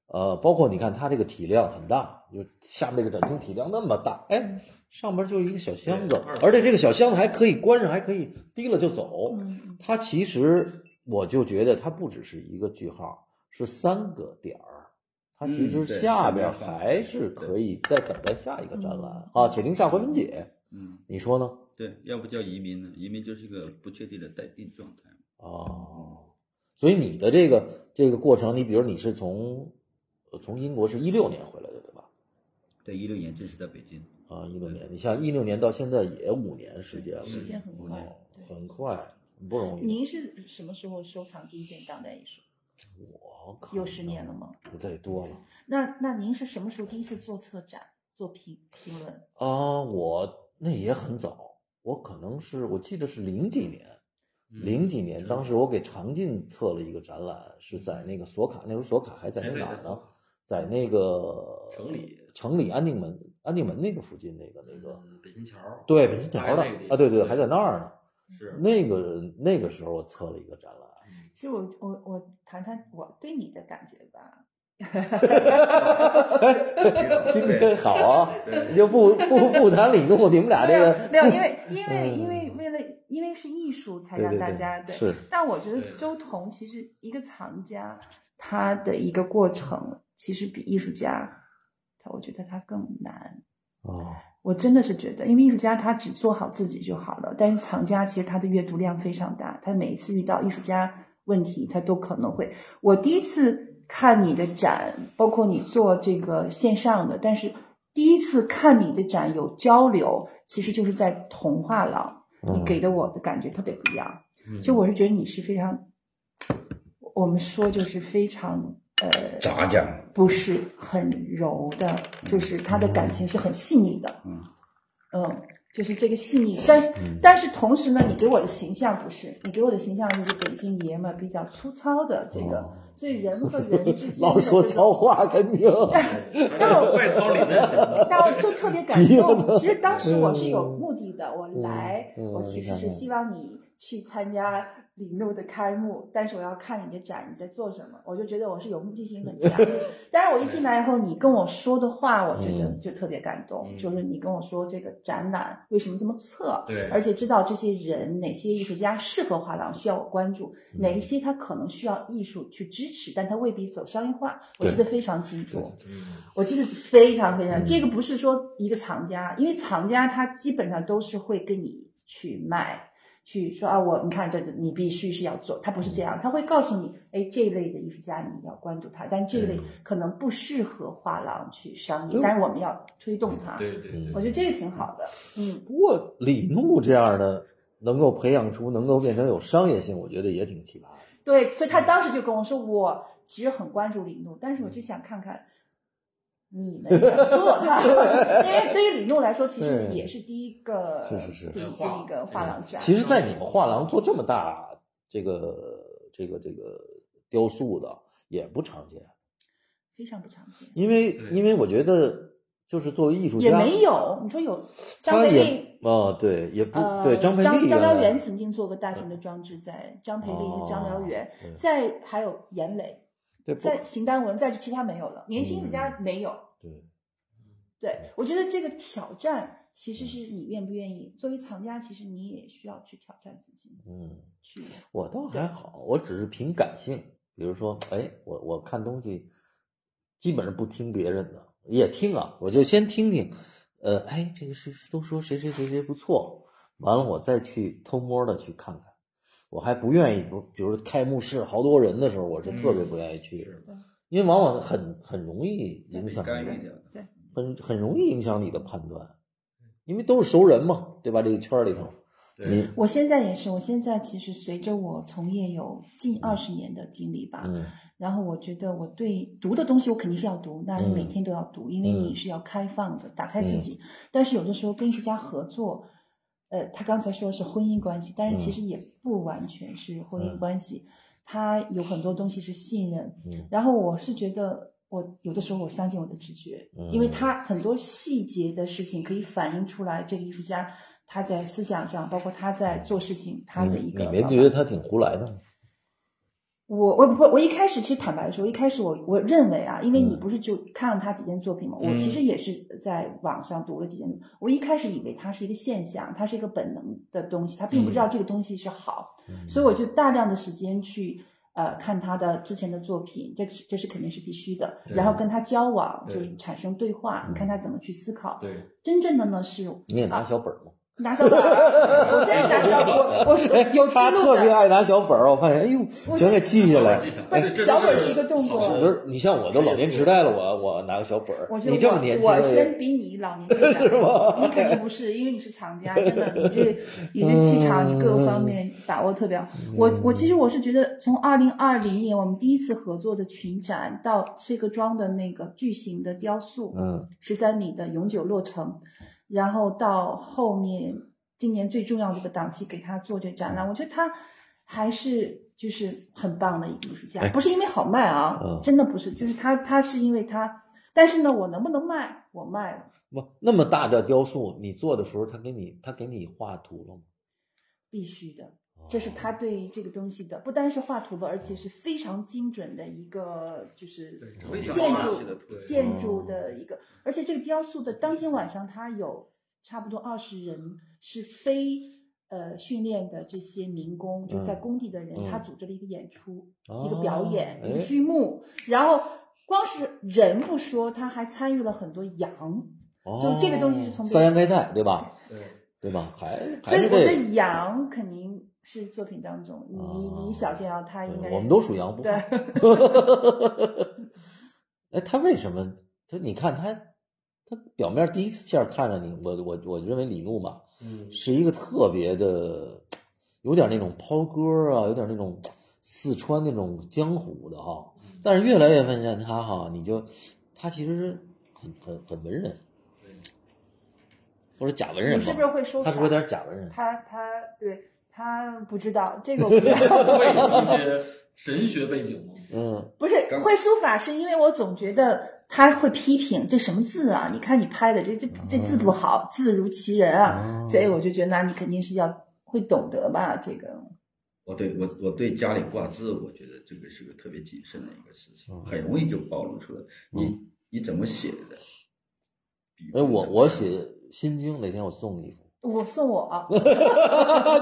Speaker 1: 呃，包括你看它这个体量很大，就下面这个展厅体量那么大，哎，上边就是一个小箱子
Speaker 2: 对二，十
Speaker 1: 而且这个小箱子还可以关上，还可以提了就走，
Speaker 3: 嗯
Speaker 1: 它其实我就觉得它不只是一个句号，是三个点儿。它其
Speaker 4: 嗯
Speaker 1: 实
Speaker 4: 对
Speaker 1: 下边
Speaker 4: 上面放
Speaker 1: 还是可以再等待下一个展览啊，且听下回分解，
Speaker 4: 嗯，
Speaker 1: 你说呢？
Speaker 4: 对，要不叫移民呢？移民就是一个不确定的待定状态。
Speaker 1: 哦，所以你的这个这个过程，你比如你是从呃从英国是一六年回来的，对吧？
Speaker 4: 对，一六年正式到北京，
Speaker 1: 啊，一六年，你像一六年到现在也五年时间了，
Speaker 3: 时间很
Speaker 4: 五
Speaker 3: 快
Speaker 4: 年
Speaker 1: 哦，很快，很不容易。
Speaker 3: 嗯您是什么时候收藏第一件当代艺术？
Speaker 1: 我靠，
Speaker 3: 有十年了吗？
Speaker 1: 不对，多了。
Speaker 3: 那那您是什么时候第一次做策展、做评评论？
Speaker 1: 啊，我那也很早，我可能是我记得是零几年，
Speaker 2: 嗯
Speaker 3: 嗯
Speaker 1: 零几年，当时我给长进策了一个展览，是在那个索卡，那时候索卡还在
Speaker 2: 哎
Speaker 1: 那
Speaker 2: 对
Speaker 1: 哪儿
Speaker 2: 在索
Speaker 1: 呢
Speaker 2: 卡？
Speaker 1: 在那个
Speaker 2: 城里
Speaker 1: 城里安定门安定门那个附近那个那个
Speaker 2: 嗯北新桥，
Speaker 1: 对北新桥
Speaker 2: 还
Speaker 1: 的
Speaker 2: 是那个地
Speaker 1: 啊，对对，还在那儿呢。
Speaker 2: 是
Speaker 1: 那个那个时候我策了一个展览，
Speaker 3: 其实我我我谈谈我对你的感觉吧。
Speaker 1: 今天哎 好啊，
Speaker 4: 对
Speaker 1: 你就不不不谈李诺，你们俩这个
Speaker 3: 没有，因为因为
Speaker 1: 嗯
Speaker 3: 因为为了因为是艺术才
Speaker 1: 对
Speaker 3: 让
Speaker 1: 对
Speaker 3: 大
Speaker 1: 对
Speaker 3: 家对
Speaker 1: 是
Speaker 3: 但我觉得
Speaker 2: 对
Speaker 3: 周彤其实一个藏家，他的一个过程其实比艺术家，他我觉得他更难。
Speaker 1: 哦，
Speaker 3: 我真的是觉得，因为艺术家他只做好自己就好了，但是藏家其实他的阅读量非常大，他每一次遇到艺术家问题，他都可能会。我第一次看你的展，包括你做这个线上的，但是第一次看你的展有交流，其实就是在童话廊，你
Speaker 1: 嗯
Speaker 3: 给的我的感觉特别不一样。
Speaker 2: 嗯
Speaker 3: 就我是觉得你是非常，我们说就是非常呃
Speaker 4: 咋讲？
Speaker 3: 不是很柔的，就是他的感情是很细腻的。
Speaker 4: 嗯
Speaker 3: 嗯，就是这个细腻，但是、但是同时呢，你给我的形象不是，你给我的形象就是北京爷们儿比较粗糙的这个
Speaker 1: 哦
Speaker 3: 所以人和人之间
Speaker 1: 老说
Speaker 3: 的这
Speaker 1: 骚
Speaker 3: 种
Speaker 1: 话，肯 定。
Speaker 2: 哎怪操理论型的。
Speaker 3: 但我就特别感
Speaker 1: 急了嗯
Speaker 3: 动。其实当时我是有目的的，我来，
Speaker 1: 嗯嗯
Speaker 3: 我其实是希望你去参加李怒的开幕，但是我要看你的展，你在做什么，我就觉得我是有目的性很 强。但是我一进来以后，你跟我说的话，我觉得
Speaker 1: 嗯
Speaker 3: 就特别感动，
Speaker 2: 嗯
Speaker 3: 就是你跟我说这个展览为什么这么测。
Speaker 2: 对，
Speaker 3: 而且知道这些人哪些艺术家适合画廊，需要我关注；哪
Speaker 1: 嗯
Speaker 3: 一些他可能需要艺术去支持，但他未必走商业化。我记得非常清楚。
Speaker 2: 嗯
Speaker 3: 我记得非常非常，
Speaker 1: 嗯
Speaker 3: 这个不是说一个藏家，因为藏家他基本上都是会跟你去卖，去说啊，我你看这你必须是要做，他不是这样，他会告诉你，哎，这一类的艺术家你要关注他，但这一类
Speaker 1: 嗯
Speaker 3: 可能不适合画廊去商业
Speaker 1: 对，
Speaker 3: 但是我们要推动它。
Speaker 2: 对对对，
Speaker 3: 我觉得这个挺好的，嗯，
Speaker 1: 嗯不过李怒这样的，能够培养出能够变成有商业性，我觉得也挺奇葩的。
Speaker 3: 对，所以
Speaker 1: 嗯
Speaker 3: 他当时就跟我说，我其实很关注李诺，但是我就想看看你们怎么 做它，因为对于李诺来说，其实
Speaker 1: 对
Speaker 3: 也是第一个，
Speaker 1: 是是是
Speaker 3: 第一第
Speaker 2: 画
Speaker 3: 一个画廊展。
Speaker 1: 其实，在你们画廊做这么大这个这个这个雕塑的也不常见，
Speaker 3: 非常不常见，
Speaker 1: 因为
Speaker 2: 对
Speaker 1: 因为我觉得就是作为艺术家
Speaker 3: 也没有。你说有张
Speaker 1: 他
Speaker 3: 培
Speaker 1: 也
Speaker 3: 丽，
Speaker 1: 哦对也不
Speaker 3: 呃，
Speaker 1: 对
Speaker 3: 张
Speaker 1: 培丽
Speaker 3: 张
Speaker 1: 原来嗯
Speaker 3: 辽元曾经做过大型的装置在，张培丽和张辽元，
Speaker 1: 哦对
Speaker 3: 在还有严磊，
Speaker 1: 对不嗯
Speaker 3: 在邢丹文，在其他没有了，年轻艺术家没有。
Speaker 1: 对
Speaker 3: 对，我觉得这个挑战其实是你愿不愿意。作为藏家，其实你也需要去挑战自己，
Speaker 1: 嗯。
Speaker 3: 去
Speaker 1: 我倒还好，我只是凭感性，比如说，哎，我我看东西基本上不听别人的，也听啊，我就先听听，呃，哎，这个是都说谁谁谁谁不错，完了我再去偷摸的去看看，我还不愿意，比如开幕式好多人的时候，我是特
Speaker 3: 嗯
Speaker 1: 别不愿意去，
Speaker 2: 是
Speaker 1: 因为往往很很容易影响
Speaker 4: 干
Speaker 1: 你
Speaker 4: 预掉的。
Speaker 1: 很很容易影响你的判断，因为都是熟人嘛，对吧？这个圈儿里头，你
Speaker 2: 对，
Speaker 3: 我现在也是，我现在其实随着我从业有近二十年的经历吧，
Speaker 1: 嗯
Speaker 3: 然后我觉得我对读的东西我肯定是要读，那
Speaker 1: 嗯
Speaker 3: 每天都要读，因为你是要开放的，打开自己。但是有的时候跟艺术家合作，呃，他刚才说是婚姻关系，但是其
Speaker 1: 嗯
Speaker 3: 实也不完全是婚姻关系，他有很多东西是信任。
Speaker 1: 嗯
Speaker 3: 然后我是觉得，我有的时候我相信我的直觉，
Speaker 1: 嗯
Speaker 3: 因为他很多细节的事情可以反映出来这个艺术家他在思想上，包括他在
Speaker 1: 嗯
Speaker 3: 做事情他的一个
Speaker 1: 你没
Speaker 3: 方法
Speaker 1: 觉得他挺胡来的吗？
Speaker 3: 我我不我一开始其实坦白说，一开始我我认为啊，因为你
Speaker 1: 嗯
Speaker 3: 不是就看了他几件作品嘛，
Speaker 2: 嗯
Speaker 3: 我其实也是在网上读了几件，我一开始以为它是一个现象，它是一个本能的东西，他并不
Speaker 1: 嗯
Speaker 3: 知道这个东西是好，所以我就大量的时间去呃看他的之前的作品，这是这是肯定是必须的，
Speaker 2: 对
Speaker 3: 然后跟他交往，
Speaker 2: 对
Speaker 3: 就是产生对话，
Speaker 1: 嗯
Speaker 3: 你看他怎么去思考。
Speaker 2: 对，
Speaker 3: 真正的呢是
Speaker 1: 你也拿小本儿 吗？
Speaker 3: 拿小本儿，我真的拿小本儿，我我是有记
Speaker 1: 哎他
Speaker 3: 录
Speaker 1: 特别
Speaker 3: 的。
Speaker 1: 爱拿小本儿，我发现，哎呦，
Speaker 3: 我
Speaker 1: 全给记下来。
Speaker 2: 记下
Speaker 3: 不是
Speaker 2: 来。哎这
Speaker 3: 小本
Speaker 2: 这
Speaker 3: 是一个动作
Speaker 2: 好
Speaker 1: 我
Speaker 2: 事
Speaker 1: 不是，你像我都老年痴呆了，我我拿个小本儿
Speaker 3: 我。觉得
Speaker 1: 你这么年轻，
Speaker 3: 我，我
Speaker 1: 也
Speaker 3: 先比你老年轻
Speaker 1: 是吗
Speaker 3: 你肯定不是，因为你是藏家，真的，你这你这气场，
Speaker 1: 嗯
Speaker 3: 你各个方面把握特别好。我我其实我是觉得，从二零二零年我们第一次合作的群展到崔各庄的那个巨型的雕塑，
Speaker 1: 嗯
Speaker 3: 十三米的永久落成，然后到后面今年最重要的一个档期给他做这展览，我觉得他还是就是很棒的一个艺术家
Speaker 1: 哎，
Speaker 3: 不是因为好卖啊，
Speaker 1: 嗯
Speaker 3: 真的不是，就是他他是因为他，但是呢，我能不能卖，我卖了，
Speaker 1: 不那么大的雕塑，你做的时候，他给你他给你画图了吗？
Speaker 3: 必须的。这是他对这个东西的，不单是画图吧，而且是非常精准的一个，就是
Speaker 2: 对
Speaker 4: 非
Speaker 3: 建
Speaker 4: 常详
Speaker 3: 筑
Speaker 4: 细的图
Speaker 2: 对
Speaker 3: 建筑
Speaker 1: 哦
Speaker 3: 的
Speaker 4: 哦
Speaker 3: 一个，而且这个雕塑的当天晚上，它有差不多二十人是非呃训练的这些民工，就在工地的人，
Speaker 1: 嗯
Speaker 3: 他组织了一个演出、
Speaker 1: 哦
Speaker 3: 一个表演、
Speaker 1: 哎
Speaker 3: 一个剧目，然后光是人不说，他还参与了很多羊，
Speaker 1: 哦，
Speaker 3: 就是这个东西是从别
Speaker 1: 三羊开泰，对吧？
Speaker 2: 对，
Speaker 1: 对吧？还
Speaker 3: 所
Speaker 1: 还
Speaker 3: 以
Speaker 1: 是
Speaker 3: 我觉得
Speaker 1: 这个，
Speaker 3: 羊肯定是作品当中，你、
Speaker 1: 哦
Speaker 3: 你小心啊，他应该
Speaker 1: 嗯我们都属羊，不
Speaker 3: 对。
Speaker 1: 哎，他为什么？他你看他，他表面第一次见看着你，我我我认为李怒嘛，
Speaker 2: 嗯，
Speaker 1: 是一个特别的，有点那种抛歌啊，有点那种四川那种江湖的哈、
Speaker 2: 嗯
Speaker 1: 但是越来越发现他哈，你就他其实很很很文人，
Speaker 2: 对
Speaker 1: 或者假文人
Speaker 3: 你
Speaker 1: 吧
Speaker 3: 是不是会收
Speaker 1: 他是
Speaker 3: 藏？
Speaker 1: 不是有点假文人？
Speaker 3: 他他对他不知道这个我不知道，
Speaker 2: 会有一些神学背景吗？
Speaker 1: 嗯
Speaker 3: 不是
Speaker 4: 刚
Speaker 3: 会书法，是因为我总觉得他会批评这什么字啊？你看你拍的这这这字不好，字如其人啊
Speaker 1: 哦，
Speaker 3: 所以我就觉得那你肯定是要会懂得吧？这个
Speaker 4: 我对我我对家里挂字，我觉得这个是个特别谨慎的一个事情
Speaker 1: 嗯，
Speaker 4: 很容易就暴露出来。你你怎么写的？比如
Speaker 1: 哎，我
Speaker 4: 怎么
Speaker 1: 我
Speaker 4: 样
Speaker 1: 写《心经》哪天我送你一幅，
Speaker 3: 我送 我，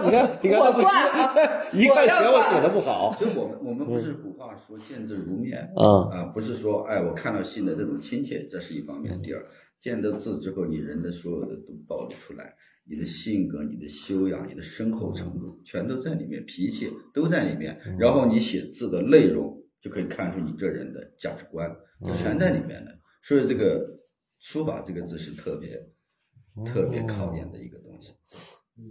Speaker 1: 你看你看
Speaker 3: 我
Speaker 1: 他不
Speaker 3: 挂啊
Speaker 1: 知，一看嫌我写的不好，
Speaker 4: 所以我们我们不是古话说见字如面
Speaker 1: 嗯
Speaker 4: 啊，不是说哎我看到信的这种亲切，这是一方面。第二，见到字之后，你人的所有的都暴露出来，你的性格、你的修养、你的深厚程度，全都在里面，脾气都在里面。然后你写字的内容就可以看出你这人的价值观，
Speaker 1: 嗯
Speaker 4: 就全在里面的。所以这个书法这个字是特别
Speaker 1: 哦
Speaker 4: 特别考验的一个东西。
Speaker 2: 嗯，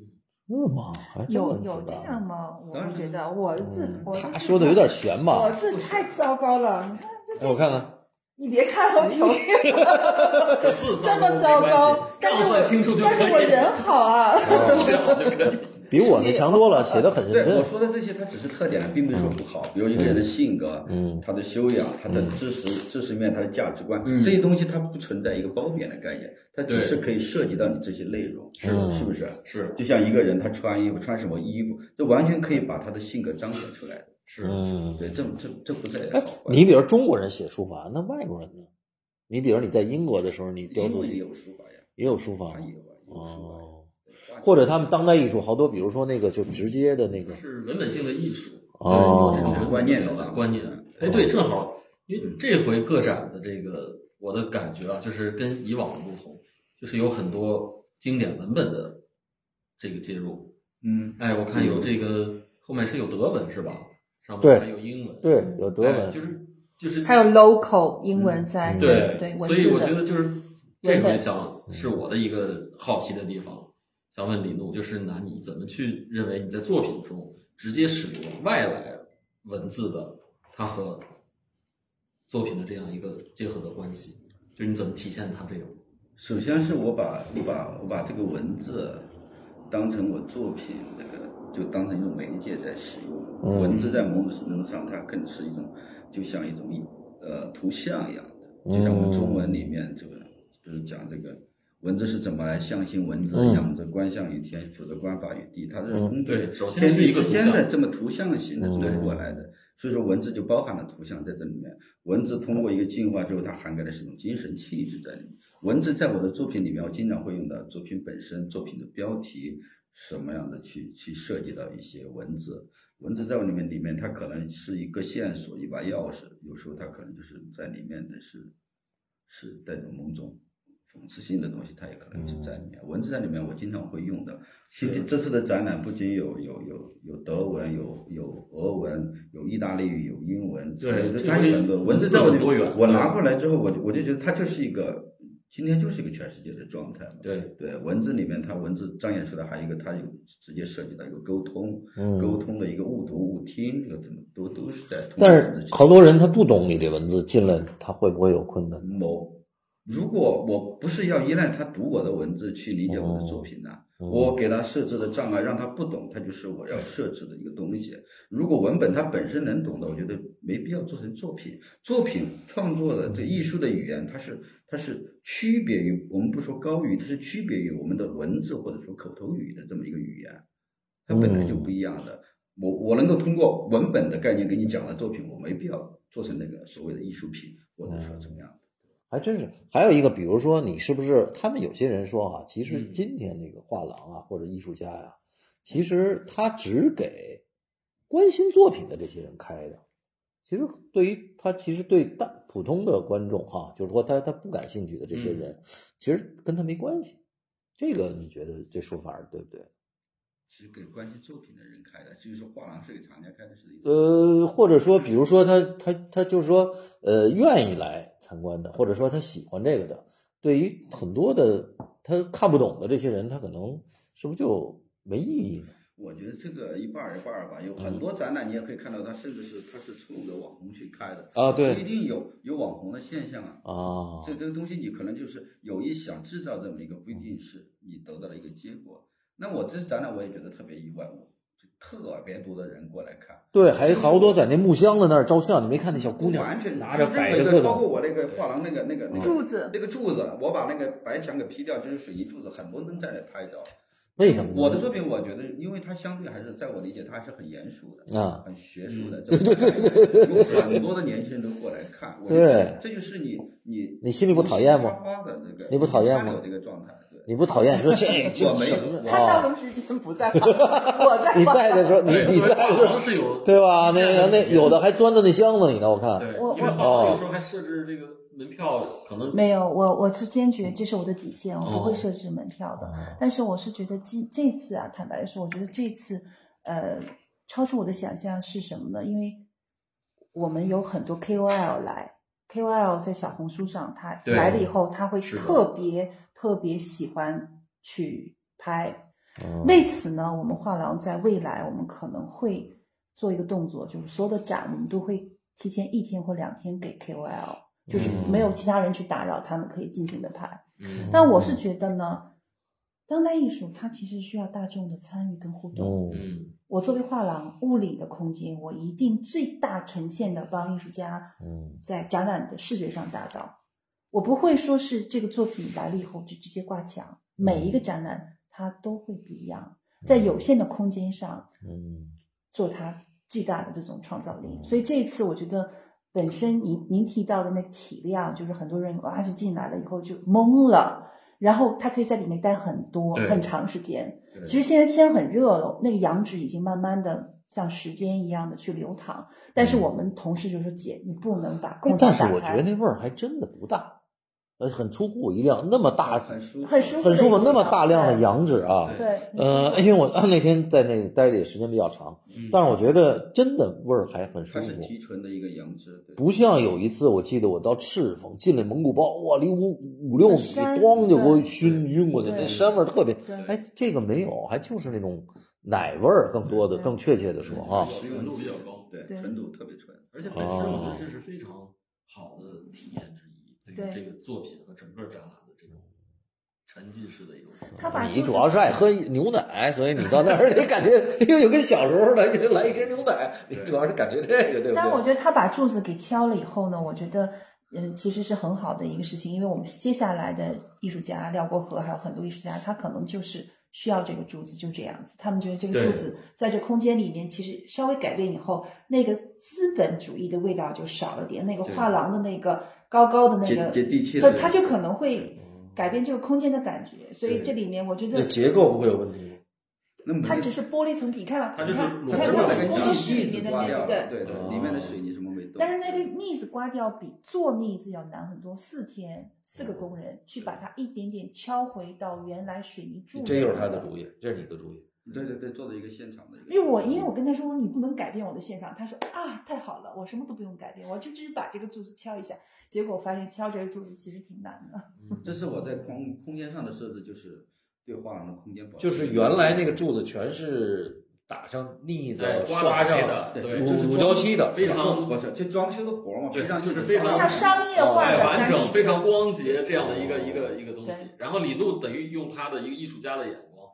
Speaker 1: 是吗？哦还真
Speaker 3: 有
Speaker 1: 不知
Speaker 3: 有这
Speaker 1: 道
Speaker 3: 样吗？我
Speaker 4: 当
Speaker 3: 不
Speaker 4: 然
Speaker 3: 觉得我字
Speaker 1: 嗯
Speaker 3: 我
Speaker 1: 他
Speaker 3: 字
Speaker 1: 说的有点悬吧
Speaker 3: 我？字太糟糕了。你看
Speaker 1: 哎，我看看，
Speaker 3: 你别看我穷，
Speaker 2: 字
Speaker 3: 这么糟糕，但
Speaker 2: 账
Speaker 3: 是
Speaker 2: 算
Speaker 3: 我
Speaker 2: 清楚就可以。
Speaker 3: 但是我人好啊。
Speaker 2: 数学好就可以。
Speaker 1: 比我那强多了，写的很认
Speaker 4: 对我
Speaker 1: 真。
Speaker 4: 说的这些，它只是特点，并不是说不好。比如一个人的性格，
Speaker 1: 嗯
Speaker 4: 他的修养，他的知识、知识面，他的价值观，
Speaker 2: 嗯
Speaker 4: 这些东西它不存在一个褒贬的概念，它只
Speaker 2: 对
Speaker 4: 是可以涉及到你这些内容，
Speaker 1: 是
Speaker 4: 嗯是不是？
Speaker 2: 是
Speaker 4: 就像一个人他穿衣服穿什么衣服，这完全可以把他的性格彰显出来的。
Speaker 2: 是，
Speaker 1: 嗯，
Speaker 4: 对，这这这不在
Speaker 1: 哎，你比如中国人写书法，那外国人呢？你比如你在英国的时候，你雕
Speaker 4: 英
Speaker 1: 塑
Speaker 4: 文也有书法呀，
Speaker 1: 也有书法
Speaker 4: 华，语也有啊有书法呀
Speaker 1: 哦，或者他们当代艺术好多，比如说那个就直接的那个
Speaker 2: 它，是文本性的艺术。
Speaker 1: 哦
Speaker 2: 对有这种
Speaker 4: 观念的
Speaker 2: 表达观念。哎，对，正好，因为这回个展的这个我的感觉啊，就是跟以往的不同，就是有很多经典文本的这个介入。
Speaker 4: 嗯，
Speaker 2: 哎，我看有这个后面是有德文是吧？上
Speaker 1: 对
Speaker 2: 面还有英文，
Speaker 1: 对，有德
Speaker 2: 哎就
Speaker 1: 文，
Speaker 2: 是就是
Speaker 3: 还有 local 英文在
Speaker 1: 嗯
Speaker 2: 嗯对
Speaker 3: 对，文
Speaker 2: 所以
Speaker 3: 字
Speaker 2: 我
Speaker 3: 的
Speaker 2: 觉得就是这
Speaker 3: 文
Speaker 2: 回
Speaker 3: 本
Speaker 2: 想是我的一个好奇的地方，想问李怒，就是拿你怎么去认为你在作品中直接使用外来文字的它和作品的这样一个结合的关系，就是你怎么体现它这种？
Speaker 4: 首先是我把我把我把这个文字当成我作品那个，就当成一种媒介在使用。
Speaker 1: 嗯
Speaker 4: 文字在某种程度上，它更是一种，就像一种呃图像一样
Speaker 1: 嗯
Speaker 4: 的，就像我们中文里面这个，就是讲这个文字是怎么来象形文字，
Speaker 1: 嗯
Speaker 4: 仰着观象于天，俯着观法于地，它是
Speaker 1: 嗯
Speaker 4: 工具
Speaker 2: 对首先
Speaker 4: 天
Speaker 2: 是
Speaker 4: 地
Speaker 2: 一个
Speaker 4: 之
Speaker 2: 图
Speaker 4: 间的
Speaker 2: 像
Speaker 4: 这么图像型的这么
Speaker 1: 嗯
Speaker 4: 过来的。所以说，文字就包含了图像在这里面。文字通过一个进化之后，它涵盖的是一种精神气质在里面。文字在我的作品里面，我经常会用到作品本身、作品的标题什么样的去去涉及到一些文字。文字在我里面，里面它可能是一个线索、一把钥匙，有时候它可能就是在里面的是是带着某种讽刺性的东西，它也可能是在里面。文字在里面，我经常会用的。今天这次的展览不仅有有有有德文，有有俄文，有意大利语，有英文，
Speaker 2: 对
Speaker 4: 它有很多
Speaker 2: 这个
Speaker 4: 文字在我
Speaker 2: 文字很多
Speaker 4: 里
Speaker 2: 元
Speaker 4: 面，我拿过来之后，我就我就觉得它就是一个今天就是一个全世界的状态嘛。
Speaker 2: 对，
Speaker 4: 对，文字里面它文字彰显出来，还有一个它有直接涉及到一个沟通，沟
Speaker 1: 嗯，
Speaker 4: 通的一个误读误听，这个怎么都都是在通过
Speaker 1: 但
Speaker 4: 文字
Speaker 1: 是
Speaker 4: 去。
Speaker 1: 好多人他不懂你这文字，进来他会不会有困难？
Speaker 4: 某，如果我不是要依赖他读我的文字去理解我的作品呢、
Speaker 1: 嗯
Speaker 4: 我给他设置的障碍让他不懂，他就是我要设置的一个东西。如果文本他本身能懂的，我觉得没必要做成作品。作品创作的这艺术的语言，它是它是区别于我们不说高于，它是区别于我们的文字或者说口头语的这么一个语言，它本来就不一样的。我我能够通过文本的概念给你讲的作品，我没必要做成那个所谓的艺术品，或者说怎么样。
Speaker 1: 还真是。还有一个，比如说你是不是他们有些人说啊，其实
Speaker 2: 嗯
Speaker 1: 今天这个画廊啊或者艺术家呀、其实他只给关心作品的这些人开的。其实对于他，其实对大普通的观众哈、就是说他他不感兴趣的这些人，
Speaker 4: 嗯
Speaker 1: 其实跟他没关系。这个你觉得这说法儿对不对？
Speaker 4: 只给关心作品的人开的，就是画廊是给厂家开的，是一个
Speaker 1: 呃，或者说，比如说他他他就是说，呃，愿意来参观的，或者说他喜欢这个的，对于很多的他看不懂的这些人，他可能是不是就没意义呢？
Speaker 4: 我觉得这个一半儿一半儿吧，有很
Speaker 1: 嗯
Speaker 4: 多展览你也可以看到，它甚至是它是冲着网红去开的，
Speaker 1: 啊，
Speaker 4: 不一
Speaker 1: 对
Speaker 4: 定有有网红的现象啊。
Speaker 1: 啊
Speaker 4: 这，这个东西你可能就是有意想制造这么一个，不一定是你得到了一个结果。那我这次展览我也觉得特别意外，我特别多的人过来看，
Speaker 1: 对，还好多在那木箱子那儿照相，你没看那小姑娘
Speaker 4: 完全
Speaker 1: 拿着摆着
Speaker 4: 任何一
Speaker 1: 各
Speaker 4: 个包括
Speaker 1: 种，嗯
Speaker 4: 我那个画廊那个那个那个
Speaker 3: 柱子
Speaker 4: 那个柱子，我把那个白墙给劈掉，就是水泥柱子，很多人在那拍照。
Speaker 1: 为什么呢？
Speaker 4: 我的作品，我觉得，因为它相对还是在我理解，它还是很严肃的，
Speaker 1: 啊，
Speaker 4: 很学术的。对对对，有很多的年轻人都过来 看。我觉得这就是你你
Speaker 1: 你心里不讨厌吗
Speaker 4: 插花的那个，
Speaker 1: 你不讨厌吗
Speaker 4: 插柳这个状态，对。
Speaker 1: 你不讨厌？说这这
Speaker 4: 我没有
Speaker 1: 什么
Speaker 3: 他大
Speaker 1: 啊？
Speaker 3: 龙之前不在， 我在。
Speaker 1: 你在的时候，你
Speaker 2: 对，
Speaker 1: 你
Speaker 2: 作为
Speaker 1: 在
Speaker 2: 画
Speaker 1: 的时候，
Speaker 2: 廊是有
Speaker 1: 对吧？那个那有的还钻到那箱子里呢，我看。
Speaker 2: 对
Speaker 3: 我，
Speaker 2: 因为
Speaker 3: 我
Speaker 2: 画廊有时候还设置这个门票，可能
Speaker 3: 没有，我我是坚决，这是我的底线，我不会
Speaker 2: 哦
Speaker 3: 设置门票的。
Speaker 1: 啊
Speaker 3: 但是我是觉得今这次啊，坦白说，我觉得这次呃超出我的想象是什么呢？因为我们有很多 KOL 来，KOL 在小红书上，他
Speaker 2: 对
Speaker 3: 来了以后，他会
Speaker 2: 是的
Speaker 3: 特别特别喜欢去拍。
Speaker 1: 嗯
Speaker 3: 为此呢，我们画廊在未来，我们可能会做一个动作，就是所有的展我们都会提前一天或两天给 KOL，就是没有其他人去打扰，他们可以尽情的拍。
Speaker 2: 嗯
Speaker 3: 但我是觉得呢，当代艺术它其实需要大众的参与跟互动。
Speaker 1: 哦
Speaker 2: 嗯
Speaker 3: 我作为画廊物理的空间，我一定最大呈现的帮艺术家
Speaker 1: 嗯
Speaker 3: 在展览的视觉上达到。我不会说是这个作品来了以后就直接挂墙，每一个展览它都会不一样，在有限的空间上
Speaker 1: 嗯
Speaker 3: 做它巨大的这种创造力。所以这一次我觉得。本身您您提到的那个体量，就是很多人哇就进来了以后就懵了，然后他可以在里面待很多
Speaker 2: 对
Speaker 3: 很长时间。
Speaker 4: 对
Speaker 3: 其实现在天很热了，那个羊脂已经慢慢的像时间一样的去流淌，但是我们同事就说姐，你不能把空
Speaker 1: 哎
Speaker 3: 调
Speaker 1: 嗯但
Speaker 3: 打
Speaker 1: 是
Speaker 3: 开。
Speaker 1: 我觉得那味儿还真的不大，呃，很出乎我意料，那么大，
Speaker 4: 很舒服，
Speaker 3: 很舒服
Speaker 1: 很舒服，那么大量的羊脂啊。
Speaker 2: 对
Speaker 3: 对，
Speaker 1: 呃，因为我那天在那里待的也时间比较长，
Speaker 2: 嗯，
Speaker 1: 但是我觉得真的味儿还很舒
Speaker 4: 它是
Speaker 1: 服，
Speaker 4: 提纯的一个羊脂，对。
Speaker 1: 不像有一次我记得我到赤峰进了蒙古包，哇，离五五六米，
Speaker 3: 山
Speaker 1: 咣就给我
Speaker 3: 对
Speaker 1: 熏晕过去，
Speaker 3: 对
Speaker 1: 那膻味儿特别。
Speaker 3: 对
Speaker 1: 哎，这个没有，还就是那种奶味儿更多的，
Speaker 3: 对
Speaker 1: 更确切的说啊，
Speaker 4: 对
Speaker 2: 纯度比较高
Speaker 4: 对，
Speaker 3: 对
Speaker 4: 纯度特别纯。
Speaker 2: 而且本身我觉得
Speaker 4: 哦
Speaker 2: 这是非常好的体验之一，对于
Speaker 3: 对
Speaker 2: 这个作品和整个展览的这种沉浸式的一种。
Speaker 3: 他把
Speaker 1: 你
Speaker 3: 桌子
Speaker 1: 主要是爱喝牛奶，所以你到那儿你感 觉又有跟小时候的就来一瓶牛奶，你
Speaker 2: 对
Speaker 1: 主要是感觉这个对不
Speaker 3: 但是我
Speaker 1: 对？
Speaker 3: 觉得他把柱子给敲了以后呢，我觉得，嗯，其实是很好的一个事情，因为我们接下来的艺术家廖国和还有很多艺术家，他可能就是需要这个柱子，就这样子。他们觉得这个
Speaker 2: 对
Speaker 3: 柱子在这空间里面，其实稍微改变以后，那个资本主义的味道就少了点，那个
Speaker 4: 对
Speaker 3: 画廊的那个高高的那
Speaker 4: 接
Speaker 3: 个，
Speaker 4: 接地气的
Speaker 3: 对，他就可能会
Speaker 1: 嗯
Speaker 3: 改变这个空间的感觉。所以
Speaker 2: 对
Speaker 3: 这里面我觉得
Speaker 1: 这结构不会有问题吗？
Speaker 4: 那么
Speaker 3: 它只是玻璃层皮，你看啊，
Speaker 2: 它
Speaker 3: 你
Speaker 2: 就是
Speaker 3: 看，你
Speaker 2: 裸
Speaker 3: 看
Speaker 4: 只
Speaker 2: 露
Speaker 4: 不过
Speaker 3: 我
Speaker 4: 把
Speaker 2: 的
Speaker 3: 们
Speaker 4: 那个
Speaker 3: 工作
Speaker 4: 墙
Speaker 3: 室里
Speaker 4: 腻子
Speaker 3: 面的
Speaker 4: 刮
Speaker 3: 那
Speaker 4: 掉
Speaker 3: 个，对
Speaker 4: 了，。对
Speaker 1: 哦
Speaker 4: 对，里面的水泥什么没动。
Speaker 3: 但是那个腻子刮掉比做腻子要难很多，四天四个工人去把它一点点敲回到原来水泥柱。
Speaker 1: 这又是他的主。意，这是你的主意。
Speaker 4: 对对对，做的一个现场的一个。
Speaker 3: 因为我因为我跟他说你不能改变我的现场，他说啊太好了，我什么都不用改变，我就只是把这个柱子敲一下。结果我发现敲这个柱子其实挺难的。
Speaker 2: 嗯
Speaker 4: 这是我在空空间上的设置，就是对画廊的空间保持。
Speaker 1: 就是原来那个柱子全是打上腻子、
Speaker 2: 对刮
Speaker 1: 哎刷
Speaker 2: 白
Speaker 1: 上
Speaker 2: 的
Speaker 4: 对
Speaker 2: 对
Speaker 1: 乳
Speaker 4: 就是
Speaker 1: 乳
Speaker 4: 装
Speaker 1: 胶漆的，
Speaker 2: 非常
Speaker 4: 我操，就装修的活儿嘛，
Speaker 2: 对
Speaker 4: 非常
Speaker 2: 就是非常
Speaker 3: 像
Speaker 1: 哦
Speaker 3: 商业化
Speaker 2: 哎，
Speaker 3: 的
Speaker 2: 完
Speaker 3: 但
Speaker 2: 整、
Speaker 3: 是嗯
Speaker 2: 非常光洁这样的一
Speaker 4: 哦
Speaker 2: 个一个一个东西
Speaker 3: 对。
Speaker 2: 然后李路等于用他的一个艺术家的眼光，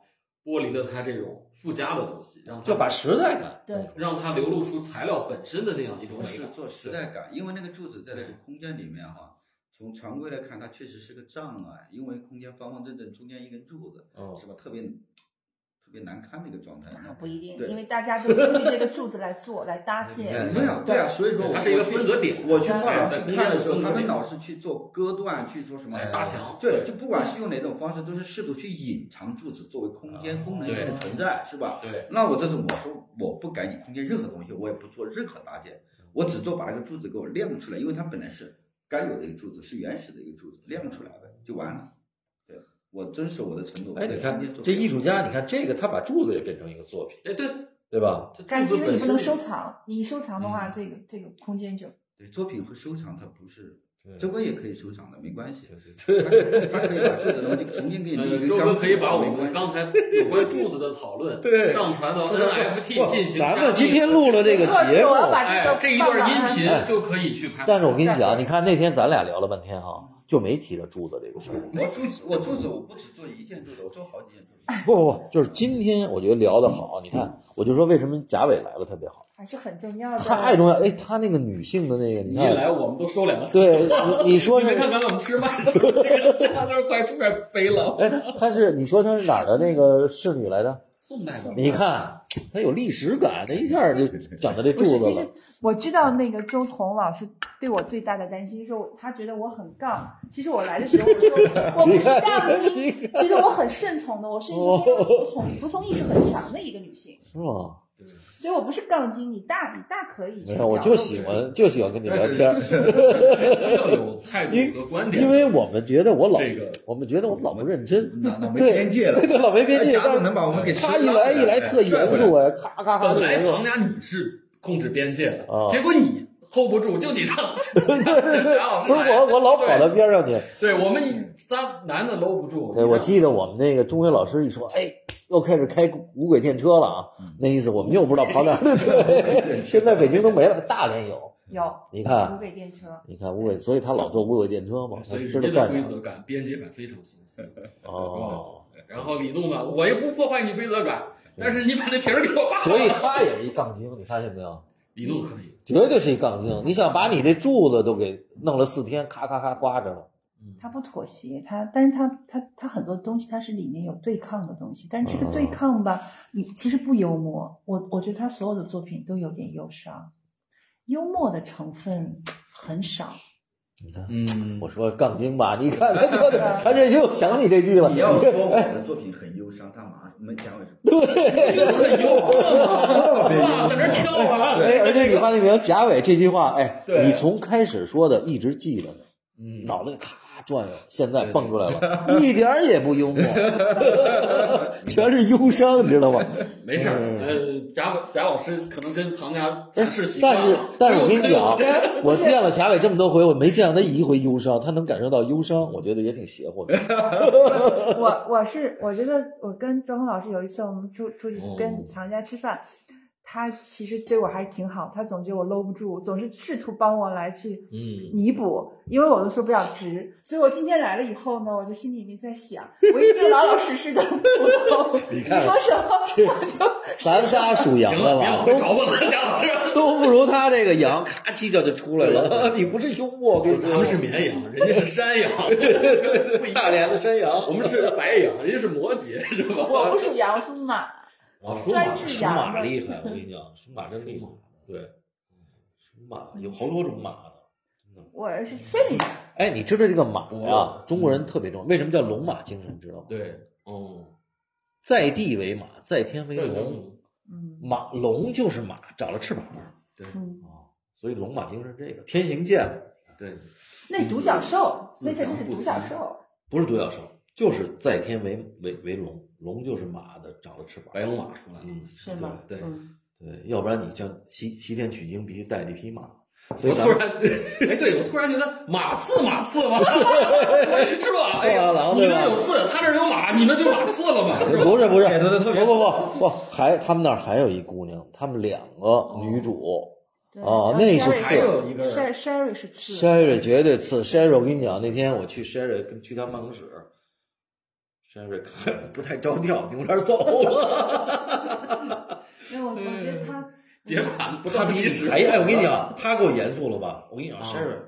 Speaker 2: 剥离了他这种附加的东西，让他
Speaker 1: 就把时代感。
Speaker 3: 对
Speaker 2: 让它流露出材料本身的那样一种
Speaker 4: 不
Speaker 2: 美
Speaker 4: 是
Speaker 2: 感。
Speaker 4: 做时代感，因为那个柱子在那个空间里面哈、从常规来看，它确实是个障碍，因为空间方方正正，中间一根柱子，
Speaker 1: 嗯
Speaker 4: 是吧？特别特别难堪的一个状态。
Speaker 3: 那啊不一定，
Speaker 4: 对
Speaker 3: 因为大家都根据这个柱子来做，来搭建
Speaker 1: 嗯。
Speaker 4: 没有，对啊，所以说我
Speaker 2: 它是一个分隔点，哎
Speaker 4: 我去画廊
Speaker 2: 在
Speaker 4: 去
Speaker 2: 空间
Speaker 4: 看
Speaker 2: 的
Speaker 4: 的时候，
Speaker 2: 分
Speaker 4: 他
Speaker 2: 隔
Speaker 4: 们
Speaker 2: 点。
Speaker 4: 老是去做割断，去做什么
Speaker 2: 哎搭墙
Speaker 4: 对，就不管是用哪种方式，都是试图去隐藏柱子作为空间功能性的存在，是吧？
Speaker 2: 对，
Speaker 4: 那我这种我说我不改你空间任何东西，我也不做任何搭建，我只做把那个柱子给我亮出来，因为它本来是该有的一个柱子，是原始的一个柱子，亮出来呗，就完了。对我遵守我的程度。
Speaker 1: 哎，
Speaker 4: 我
Speaker 1: 你
Speaker 4: 在
Speaker 1: 看
Speaker 4: 空间做
Speaker 1: 这艺术家，你看这个，他把柱子也变成一个作品，
Speaker 2: 哎对，
Speaker 1: 对吧？
Speaker 2: 这
Speaker 3: 但是
Speaker 2: 柱
Speaker 3: 因
Speaker 2: 子
Speaker 3: 为你
Speaker 2: 本
Speaker 3: 不
Speaker 2: 身
Speaker 3: 能收藏，你收藏的话，
Speaker 2: 嗯
Speaker 3: 这个这个空间就
Speaker 4: 对作品和收藏，它不是
Speaker 1: 对
Speaker 4: 周哥也可以收藏的，没关系。
Speaker 1: 对
Speaker 4: 他他可以把柱子东西重新给你立一
Speaker 2: 呃，
Speaker 4: 个
Speaker 2: 周
Speaker 4: 钢
Speaker 2: 哥
Speaker 4: 柱
Speaker 2: 可以把我
Speaker 4: 没关
Speaker 2: 们
Speaker 4: 系
Speaker 2: 刚才有关柱子的讨论
Speaker 1: 对啊
Speaker 2: 上传到 NFT 进行加密。
Speaker 1: 咱们今天录了这个
Speaker 3: 错
Speaker 1: 节
Speaker 3: 是
Speaker 1: 目
Speaker 3: 我要把
Speaker 2: 哎，这一段音频
Speaker 1: 哎
Speaker 2: 就可以去拍。
Speaker 1: 但是我跟你讲，你看那天咱俩聊了半天哈，就没提到柱子这个事儿。
Speaker 4: 我柱子，我柱子，我不止做一件柱子，我做好几件柱子。
Speaker 1: 不不不，就是今天我觉得聊得好，你看，我就说为什么贾伟来了特别好，
Speaker 3: 还是很重要的。
Speaker 1: 太重要。哎，他那个女性的那个，你
Speaker 2: 你一
Speaker 1: 看，
Speaker 2: 来我们都收敛了。
Speaker 1: 对你你哎说
Speaker 2: 你没
Speaker 1: 是
Speaker 2: 看咱们吃饭的时候，这个这样就是快出快飞 了。
Speaker 1: 哎，她是你说她是哪儿的那个侍女来的？
Speaker 2: 宋代的，
Speaker 1: 你看她有历史感，她一下就讲到这
Speaker 3: 不是，
Speaker 1: 柱子
Speaker 3: 其
Speaker 1: 了
Speaker 3: 实。我知道那个周彤老师对我最大的担心，说他觉得我很杠。其实我来的时候，我说 我不
Speaker 1: 你
Speaker 3: 是
Speaker 1: 看
Speaker 3: 杠
Speaker 1: 你看
Speaker 3: 精，
Speaker 1: 哦
Speaker 3: 其实我很顺从的，我是一个非常服从、服从意识很强的一个女性，
Speaker 1: 是吗？
Speaker 3: 所以我不是杠精。你大，你大可以去
Speaker 1: 没
Speaker 3: 表
Speaker 1: 有，
Speaker 3: 露
Speaker 1: 我
Speaker 3: 自己。
Speaker 1: 就喜欢就喜欢跟你聊天儿，
Speaker 2: 要有态度和观点，
Speaker 1: 因为我们觉得我老
Speaker 2: 这个
Speaker 1: 我们觉得我们老不认真，
Speaker 4: 那那没
Speaker 1: 对
Speaker 4: 边界了，哎
Speaker 1: 对老没边界。
Speaker 4: 夹
Speaker 1: 但
Speaker 4: 子
Speaker 1: 是
Speaker 4: 能把我们给
Speaker 1: 他一来一来特严肃哎，咔咔咔
Speaker 2: 本
Speaker 1: 特
Speaker 2: 来
Speaker 1: 严肃。
Speaker 2: 藏家你是控制边界的
Speaker 1: 啊，
Speaker 2: 结果你 hold 不住，就你让
Speaker 1: 对对对，
Speaker 2: 贾老
Speaker 1: 不
Speaker 2: 师
Speaker 1: 是
Speaker 2: 来
Speaker 1: 我，我老跑到边上去。
Speaker 2: 对我
Speaker 1: 嗯
Speaker 2: 们仨男的搂不住。
Speaker 1: 对，
Speaker 2: 你
Speaker 1: 我
Speaker 2: 让
Speaker 1: 记得我们那个中学老师一说，哎，又开始开无轨电车了啊，
Speaker 2: 嗯
Speaker 1: 那意思我们又不知道跑哪儿。对 现在北京都没了，大连有。
Speaker 3: 有
Speaker 1: 你看
Speaker 3: 无，轨电车，
Speaker 1: 你看无轨，所以他老坐无轨电车嘛，他
Speaker 2: 所以
Speaker 1: 知
Speaker 2: 人
Speaker 1: 道
Speaker 2: 家的
Speaker 1: 干
Speaker 2: 规
Speaker 1: 啥。
Speaker 2: 则感、边界感非常松散。
Speaker 1: 嗯哦，
Speaker 2: 然后李弄呢，我也不破坏你规则感，但是你把那瓶儿给我扒了。
Speaker 1: 所以他也是一杠精，你发现没有？
Speaker 2: 李弄可以，
Speaker 1: 绝对是一杠精。你想把你这柱子都给弄了四天，咔咔咔刮着了。
Speaker 3: 他不妥协，他但是他他他很多东西，他是里面有对抗的东西，但这个对抗吧，你其实不幽默，我我觉得他所有的作品都有点忧伤，幽默的成分很少。
Speaker 1: 你看，
Speaker 2: 嗯
Speaker 1: 我说杠精吧，你看他 就他就又想起这句了。
Speaker 4: 你要说我的作品很忧伤，他马上没讲我说
Speaker 2: 很幽 默，在那跳啊。
Speaker 1: 对，而且你发现没有，贾伟这句话，哎，
Speaker 2: 对
Speaker 1: 你从开始说的一直记着呢，
Speaker 2: 嗯
Speaker 1: 脑袋咔转悠，现在蹦出来了，一点儿也不 幽默，全是忧伤，你知道吗？
Speaker 2: 没事儿，
Speaker 1: 嗯
Speaker 2: 呃，贾贾老师可能跟藏家展示习惯
Speaker 1: 哎但是
Speaker 2: 了，
Speaker 1: 但是我跟你讲啊
Speaker 2: 我跟，
Speaker 1: 我见了贾伟这么多回，我没见到他一回忧伤，他能感受到忧伤，我觉得也挺邪乎 的。
Speaker 3: 我我是我觉得我跟周红老师有一次我们出出去
Speaker 2: 哦
Speaker 3: 跟藏家吃饭，他其实对我还挺好，他总觉得我搂不住，总是试图帮我来去
Speaker 2: 嗯，
Speaker 3: 弥补，因为我都说不了直，所以我今天来了以后呢，我就心里面在想，我一定要老老 实实的服从，你
Speaker 1: 看
Speaker 3: 说什么我就
Speaker 1: 咱仨属羊
Speaker 2: 行
Speaker 1: 的
Speaker 2: 了，别
Speaker 1: 吧都
Speaker 2: 往，回找我了，贾老师。
Speaker 1: 都不如他这个羊，咔犄角就出来了。 你不是幽默，我跟你说
Speaker 2: 咱们是绵羊，人家是山 羊，不一样
Speaker 1: 大连的，山羊
Speaker 2: 我。们是白羊，人家是摩羯， 是吧？
Speaker 3: 我不属羊，我属马，
Speaker 1: 啊，属马
Speaker 3: 哦专治
Speaker 1: 属
Speaker 3: 羊
Speaker 1: 马
Speaker 3: 的
Speaker 1: 厉害，我跟你讲，属马真厉害。对，属马有好多种马呢。
Speaker 3: 我是千里马，
Speaker 1: 哎，你知道这个马啊
Speaker 2: 哦，
Speaker 1: 中国人特别重要，为什么叫龙马精神？知道吗？
Speaker 2: 对，哦，
Speaker 1: 在地为马，在天为
Speaker 2: 对
Speaker 1: 龙。
Speaker 2: 龙，
Speaker 3: 嗯
Speaker 1: 马龙就是马，长了翅膀
Speaker 3: 嗯，
Speaker 1: 啊，所以龙马精神这个天行健
Speaker 2: 对，
Speaker 3: 那独角兽，
Speaker 2: 自
Speaker 3: 那是那
Speaker 2: 强嗯
Speaker 3: 是
Speaker 2: 不
Speaker 3: 独角
Speaker 2: 息
Speaker 3: 兽，
Speaker 1: 不是独角兽，就是在天为为为龙，龙就是马的长了翅膀。
Speaker 2: 白龙马出来了，
Speaker 1: 嗯，
Speaker 3: 是吗？
Speaker 2: 对对
Speaker 3: 嗯
Speaker 1: 对，要不然你像西西天取经必须带着一匹马，所
Speaker 2: 我
Speaker 1: 以咱
Speaker 2: 突
Speaker 1: 们
Speaker 2: 然， 哎，对，我突然觉得马刺马刺嘛， 是吧？哎
Speaker 1: 画
Speaker 2: 呀，
Speaker 1: 廊
Speaker 2: 你
Speaker 1: 对吧
Speaker 2: 那有刺，他这儿有马，你那就马刺了嘛，是吧？
Speaker 1: 不是不是，
Speaker 4: 写得都特别
Speaker 1: 不不不不，还他们那儿还有一姑娘，他们两个
Speaker 2: 哦
Speaker 1: 女主、
Speaker 3: 对
Speaker 1: 哦
Speaker 3: 然后
Speaker 1: 那是
Speaker 3: Sherry-
Speaker 1: 刺
Speaker 2: 还有一个人
Speaker 3: Sher-，Sherry 是刺
Speaker 1: Sherry 绝对次。Sherry，我跟你讲，那天我去 Sherry 跟去他办公室，Sherry 看 不太着调，扭脸走了。
Speaker 3: 因为我我觉得他
Speaker 2: 嗯 结款不
Speaker 1: 他
Speaker 2: 到
Speaker 1: 比
Speaker 2: 及
Speaker 1: 你
Speaker 2: 时，
Speaker 1: 还哎，我跟你讲，他给我严肃了吧？我跟你讲
Speaker 2: 啊
Speaker 1: ，Sherry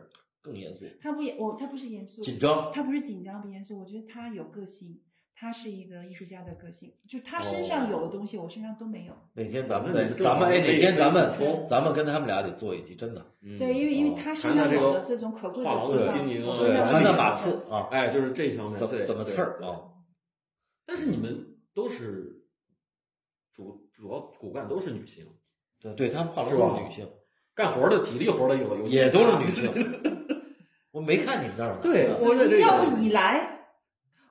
Speaker 1: 更严肃，
Speaker 3: 他不严，我他不是严肃，
Speaker 1: 紧张。
Speaker 3: 他不是紧张不严肃，我觉得他有个性，他是一个艺术家的个性，就他身上
Speaker 2: 哦
Speaker 3: 有的东西，我身上都没有。
Speaker 1: 哪天咱们
Speaker 2: 那
Speaker 1: 再
Speaker 2: 你们
Speaker 1: 咱们哎，
Speaker 2: 这种
Speaker 1: 哪天咱们
Speaker 3: 可以可以
Speaker 1: 咱们跟他们俩得做一期，真的。
Speaker 2: 嗯
Speaker 3: 对，因为因为他身
Speaker 2: 谈
Speaker 3: 上
Speaker 2: 谈哦这
Speaker 3: 有
Speaker 2: 个
Speaker 3: 的这种可贵
Speaker 2: 画廊
Speaker 3: 地
Speaker 2: 的
Speaker 3: 方
Speaker 2: 经营啊
Speaker 1: 哦
Speaker 3: 我
Speaker 2: 对
Speaker 3: 身
Speaker 1: 谈
Speaker 3: 上
Speaker 1: 谈
Speaker 2: 那
Speaker 3: 有
Speaker 1: 马
Speaker 3: 的
Speaker 1: 刺啊，
Speaker 2: 哎，就是这方面
Speaker 1: 怎么
Speaker 2: 对
Speaker 1: 怎么刺儿啊？
Speaker 2: 但是你们都是主主要骨干都是女性，
Speaker 1: 对对，他们画廊
Speaker 2: 是
Speaker 1: 都
Speaker 2: 吧
Speaker 1: 是女性。
Speaker 2: 干活的体力活的有有
Speaker 1: 也都是女性。 我没看你们那儿呢
Speaker 2: 对
Speaker 3: 我
Speaker 2: 现在这个
Speaker 3: 们要不以来，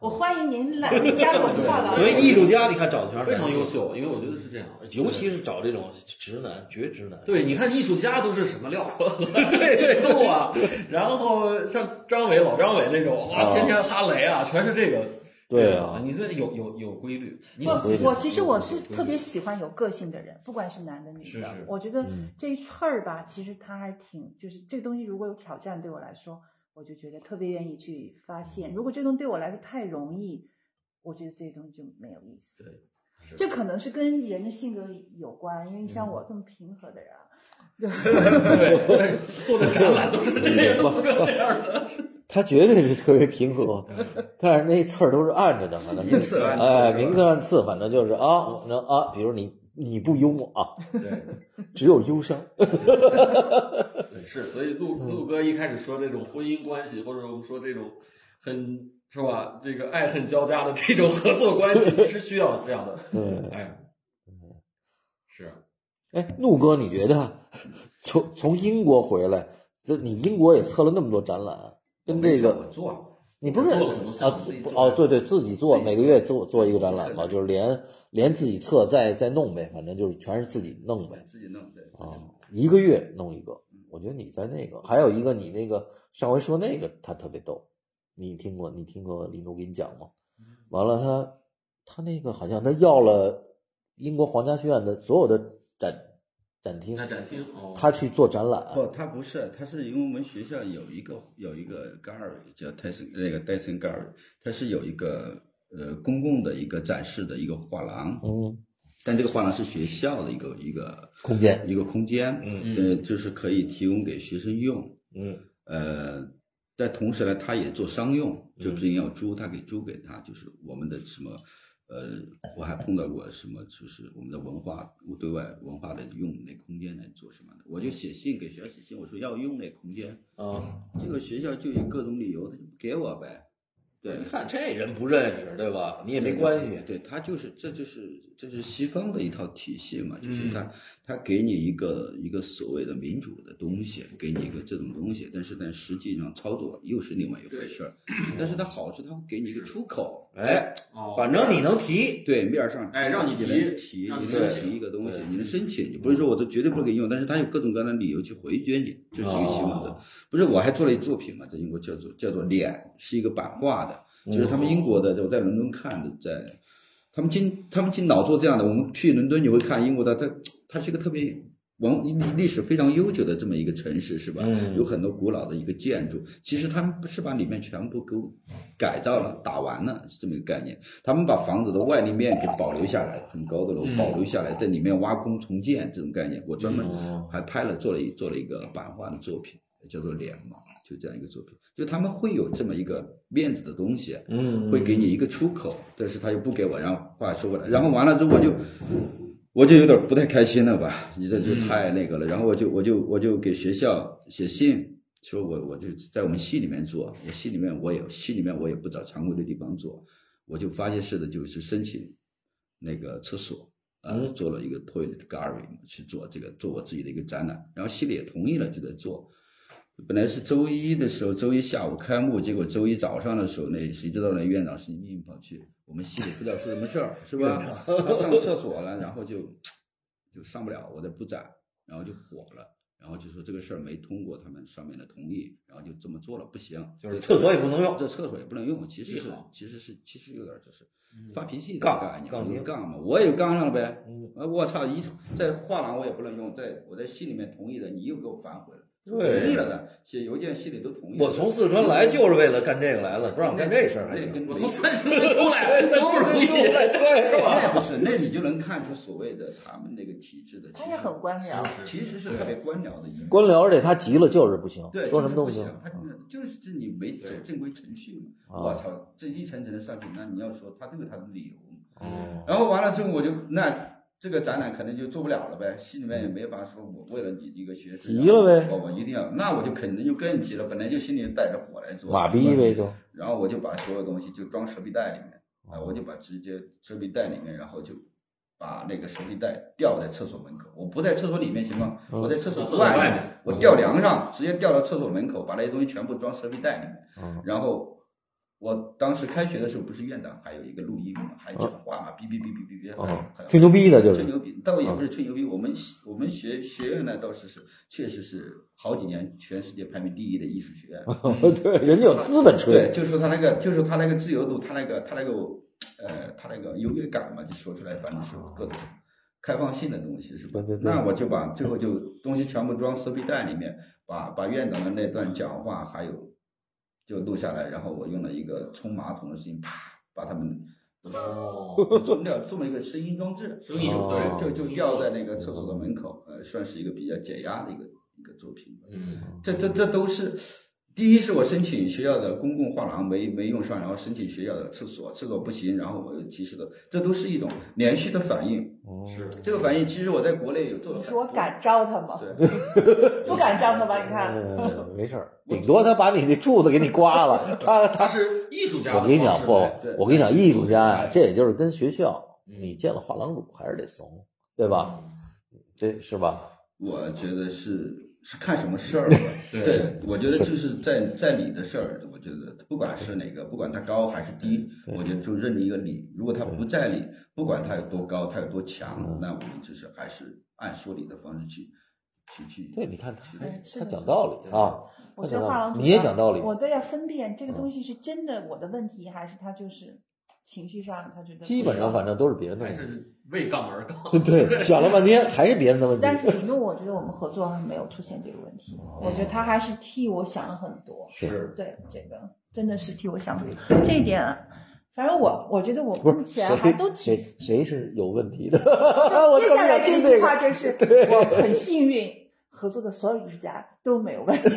Speaker 3: 我欢迎您来加入我们 画廊。
Speaker 1: 所以艺术家你看找的全是
Speaker 2: 非常优
Speaker 1: 男性，
Speaker 2: 秀，因为我觉得是这样，
Speaker 1: 尤其是找这种直男、绝直男。
Speaker 2: 对，你看艺术家都是什么料？ 对 对，都啊。然后像张伟、老张伟那种，
Speaker 1: 啊
Speaker 2: 哇，天天哈雷啊，全是这个。
Speaker 1: 对啊，
Speaker 2: 你说有有有规律，你
Speaker 3: 不
Speaker 1: 规
Speaker 2: 仔细
Speaker 1: 律
Speaker 2: 想
Speaker 3: 我其实我是
Speaker 2: 有规律
Speaker 3: 特别喜欢有个性的人，不管是男的女
Speaker 2: 嗯
Speaker 3: 的，
Speaker 2: 是是
Speaker 3: 我觉得
Speaker 1: 嗯
Speaker 3: 这一刺儿吧，其实他还挺，就是这个东西如果有挑战对我来说，
Speaker 5: 我就觉得特别愿意去发现。如果这东西对我来说太容易，我觉得这东西就没有意思。
Speaker 2: 对，是
Speaker 5: 这可能是跟人的性格有关，因为你
Speaker 2: 嗯
Speaker 5: 像我这么平和的人啊，对吧，
Speaker 2: 对对，做的展览都是这样，都是这样的。
Speaker 1: 他绝对是特别平和，但是那刺儿都是按着的，反正
Speaker 4: 名次按次
Speaker 1: 哎，
Speaker 4: 是吧
Speaker 1: 名字按次，反正就是啊，我那啊，比如你你不幽默啊，
Speaker 4: 对，
Speaker 1: 只有忧伤，
Speaker 2: 对，是，所以陆陆哥一开始说这种婚姻关系，或者我们说这种很是吧，这个爱恨交加的这种合作关系，是需要这样的。
Speaker 1: 对。
Speaker 2: 哎，是
Speaker 1: 哎，怒哥，你觉得 从从英国回来，这你英国也测了那么多展览，跟这
Speaker 4: 我
Speaker 1: 个
Speaker 4: 做，
Speaker 1: 你不是
Speaker 2: 做了很多
Speaker 1: 啊
Speaker 2: 项目
Speaker 4: 自己
Speaker 1: 不
Speaker 4: 做
Speaker 1: 哦对对，自己做
Speaker 4: 自己
Speaker 1: 每个月做做一个展览嘛，就是连连自己测再再弄呗，反正就是全是自己弄呗
Speaker 4: 自己弄对，自己
Speaker 1: 啊
Speaker 4: 弄，
Speaker 1: 一个月弄一个。我觉得你在那个，还有一个你那个上回说那个他特别逗，你听过你听过李诺给你讲吗？完了他他那个好像他要了英国皇家学院的所有的展展厅
Speaker 2: 你。看展厅哦，
Speaker 1: 他去做展览，
Speaker 4: 不，他不是，他是因为我们学校有一个有一个 gallery 叫戴森那个戴森 gallery，它是有一个呃公共的一个展示的一个画廊，
Speaker 1: 嗯，
Speaker 4: 但这个画廊是学校的一个一个
Speaker 1: 空间
Speaker 4: 一个空间，
Speaker 1: 嗯
Speaker 2: 嗯
Speaker 4: 呃，就是可以提供给学生用，
Speaker 1: 嗯
Speaker 4: 呃，但同时呢，他也做商用，
Speaker 1: 嗯
Speaker 4: 就别人要租，他给租给他，就是我们的什么，呃，我还碰到过什么，就是我们的文化对外文化的用那空间来做什么的，我就写信给学校写信，我说要用那空间，
Speaker 1: 啊，
Speaker 4: 这个学校就有各种理由，他就不给我呗，对
Speaker 1: 你。看这人不认识对吧？你也没
Speaker 4: 对
Speaker 1: 关系，
Speaker 4: 对他就是，这就是这就是西方的一套体系嘛，就是
Speaker 2: 嗯
Speaker 4: 他他给你一个一个所谓的民主的东西，给你一个这种东西，但是呢，实际上操作又是另外一回事儿。但是它好处，它会给你一个出口，哎，
Speaker 2: 哦，
Speaker 1: 反正你能提，
Speaker 4: 对面儿上
Speaker 2: 哎让你
Speaker 4: 提
Speaker 2: 提
Speaker 4: 提，
Speaker 2: 让
Speaker 4: 你
Speaker 2: 你
Speaker 4: 能
Speaker 1: 申
Speaker 4: 提一个东西
Speaker 1: 对，
Speaker 4: 你能申请，你不是说我这绝对不给你用，但是他有各种各样的理由去回绝你，这是一个西方的
Speaker 1: 哦。
Speaker 4: 不是，我还做了一作品嘛，在英国叫做叫做脸，是一个版画的。就是他们英国的，我在伦敦看的，在他们经他们经老做这样的。我们去伦敦你会看英国的，它它是一个特别文历史非常悠久的这么一个城市，是吧？
Speaker 1: 嗯
Speaker 4: 有很多古老的一个建筑，其实他们不是把里面全部给我改造了、打完了是这么一个概念。他们把房子的外立面给保留下来，很高的楼
Speaker 2: 嗯
Speaker 4: 保留下来，在里面挖空重建这种概念，我专门
Speaker 1: 哦
Speaker 4: 还拍了做了一做了一个版画的作品，叫做《脸嘛，就这样一个作品，就他们会有这么一个面子的东西，啊
Speaker 1: 嗯
Speaker 4: 会给你一个出口，但是他又不给我，然后话说回来，然后完了之后我就我就有点不太开心了吧，你这就太那个了，然后我就我就我就给学校写信，说我我就在我们系里面做，我系里面我也系里面我也不找常规的地方做，我就发泄式的就是申请那个厕所。呃，
Speaker 1: 嗯
Speaker 4: 做了一个 toilet gallery 去做这个做我自己的一个展览，然后系里也同意了，就在做。本来是周一的时候，周一下午开幕，结果周一早上的时候，那谁知道呢？院长神经病跑去我们系里不知道出什么事儿，是吧？他上厕所了，然后就就上不了，我的布展，然后就火了，然后就说这个事儿没通过他们上面的同意，然后就这么做了，不行，
Speaker 1: 就是厕所也不能用
Speaker 4: 这厕所也不能用，其实
Speaker 2: 利
Speaker 4: 是
Speaker 2: 好
Speaker 4: 其实是其实有点就是
Speaker 2: 嗯
Speaker 4: 发脾气的
Speaker 1: 杠
Speaker 4: 概念，
Speaker 1: 杠
Speaker 4: 我就
Speaker 1: 精
Speaker 4: 杠嘛，我也杠上了呗，
Speaker 1: 嗯
Speaker 4: 啊，我操！一在画廊我也不能用，在我在系里面同意的，你又给我反悔了，
Speaker 1: 对
Speaker 4: 同意了的，写邮件系里都同意了。
Speaker 1: 我从四川来就是为了干这个来了，不让我干这事儿还
Speaker 4: 那
Speaker 1: 行。
Speaker 4: 跟
Speaker 2: 我
Speaker 4: 没
Speaker 2: 从三星出来多不容易，
Speaker 1: 对
Speaker 2: 是吧？
Speaker 4: 那不是，那你就能看出所谓的他们那个体制的，
Speaker 5: 他也很啊官僚。
Speaker 4: 其实，其实是特别官僚的一面。
Speaker 1: 官僚，而且他急了就是不行，
Speaker 4: 对，
Speaker 1: 说什么都
Speaker 4: 不
Speaker 1: 行。嗯
Speaker 4: 他就是这你没走
Speaker 2: 对
Speaker 4: 正规程序嘛。
Speaker 1: 啊
Speaker 4: 我操，这一层层的上去，那你要说他都有他的理由嘛。
Speaker 1: 哦
Speaker 4: 然后完了之后，我就那这个展览可能就做不了了呗，心里面也没法说，我为了你一个学生，
Speaker 1: 急了呗
Speaker 4: 我我一定要，那我就肯定就更急了，本来就心里带着火来做，
Speaker 1: 马逼呗就。
Speaker 4: 然后我就把所有东西就装蛇皮袋里面，
Speaker 1: 哎哦
Speaker 4: 啊，我就把直接遮蔽袋里面，然后就把那个蛇皮袋吊在厕所门口，我不在厕所里面行吗？
Speaker 1: 嗯
Speaker 4: 我在厕所
Speaker 2: 厕所
Speaker 4: 外
Speaker 2: 外
Speaker 4: 面
Speaker 2: 面，
Speaker 4: 我吊梁上，直接吊到厕所门口，把那些东西全部装蛇皮袋里面。
Speaker 1: 嗯
Speaker 4: 然后我当时开学的时候，不是院长还有一个录音嘛，还讲话嘛，哔哔哔哔哔哔，
Speaker 1: 嗯哦
Speaker 4: 很，
Speaker 1: 吹牛逼的就
Speaker 4: 吹
Speaker 1: 是嗯
Speaker 4: 牛逼，倒也不是吹牛逼，我们我们学学院呢倒是是确实是好几年全世界排名第一的艺术学院，
Speaker 1: 对，人家有资本
Speaker 4: 对，
Speaker 1: 吹。
Speaker 4: 就是说他那个，就是说他那个自由度，他那个他那个呃，他那个优越感嘛，就说出来，反正是各种开放性的东西，是吧？
Speaker 1: 对对对
Speaker 4: 那我就把最后就东西全部装蛇皮袋里面，把把院长的那段讲话，还有就录下来，然后我用了一个冲马桶的事情，啪，把它们
Speaker 2: 哦，
Speaker 4: 就冲掉，这么一个声音装置，
Speaker 2: 声音
Speaker 1: 装置
Speaker 4: 对，就
Speaker 2: 声
Speaker 4: 就
Speaker 2: 音
Speaker 4: 吊
Speaker 2: 装置
Speaker 4: 在那个厕所的门
Speaker 1: 哦
Speaker 4: 口，呃，算是一个比较解压的一个一个作品吧。
Speaker 2: 嗯，
Speaker 4: 这这这都是，第一是我申请学校的公共画廊没没用上，然后申请学校的厕所，厕所不行，然后我又及时的，这都是一种连续的反应。
Speaker 1: 嗯
Speaker 2: 是
Speaker 4: 这个反应其实我在国内有做了
Speaker 3: 你
Speaker 4: 很
Speaker 3: 说
Speaker 4: 多，
Speaker 3: 我敢招他吗？
Speaker 4: 对，
Speaker 3: 不敢招他吧？你看，
Speaker 1: 呃，没事儿，顶多他把你的柱子给你刮 了。他他，
Speaker 2: 他是艺术家的
Speaker 1: 我
Speaker 2: 方式
Speaker 1: 跟
Speaker 2: 来。
Speaker 1: 你讲不，
Speaker 4: 对
Speaker 1: 我跟你讲，艺术家呀，
Speaker 2: 对
Speaker 1: 这也就是跟学校，
Speaker 2: 嗯
Speaker 1: 你见了画廊主还是得怂，对吧？这是吧？
Speaker 4: 我觉得是是看什么事儿吧。
Speaker 2: 对
Speaker 4: 我觉得就是在在理的事儿，我觉得不管是哪个，不管它高还是低，
Speaker 1: 对
Speaker 4: 我觉得就认定一个理。如果它不在理，不管它有多高，它有多
Speaker 2: 嗯
Speaker 4: 强，那我们就是还是按说理的方式去去去。
Speaker 1: 对，你看他
Speaker 4: 去
Speaker 2: 哎
Speaker 3: 对是
Speaker 1: 他
Speaker 3: 的
Speaker 1: 讲道理
Speaker 2: 对
Speaker 1: 啊，
Speaker 3: 我觉得画廊主
Speaker 1: 你也
Speaker 3: 要
Speaker 1: 讲道理嗯
Speaker 3: 我都要分辨这个东西是真的我的问题，还是他就是情绪上他觉得不
Speaker 1: 基本上
Speaker 3: 爽
Speaker 1: 反正都是别人的
Speaker 2: 还
Speaker 1: 问题。
Speaker 2: 是为杠而杠。
Speaker 1: 对，想了半天还是别人的问题。
Speaker 3: 但是李怒，我觉得我们合作还没有出现这个问题，
Speaker 1: 哦
Speaker 3: 我觉得他还是替我想了很多。
Speaker 2: 是
Speaker 3: 对，这个真的是替我想了这一点、啊。反正我我觉得我
Speaker 1: 不
Speaker 3: 目
Speaker 1: 是谁
Speaker 3: 前还都
Speaker 1: 谁
Speaker 3: 挺。
Speaker 1: 谁是有问题的？ 我
Speaker 3: 接
Speaker 1: 特别
Speaker 3: 下来
Speaker 1: 想
Speaker 3: 这
Speaker 1: 听
Speaker 3: 句
Speaker 1: 这
Speaker 3: 话
Speaker 1: 个。
Speaker 3: 真是我很幸运，合作的所有艺术家都没有问题。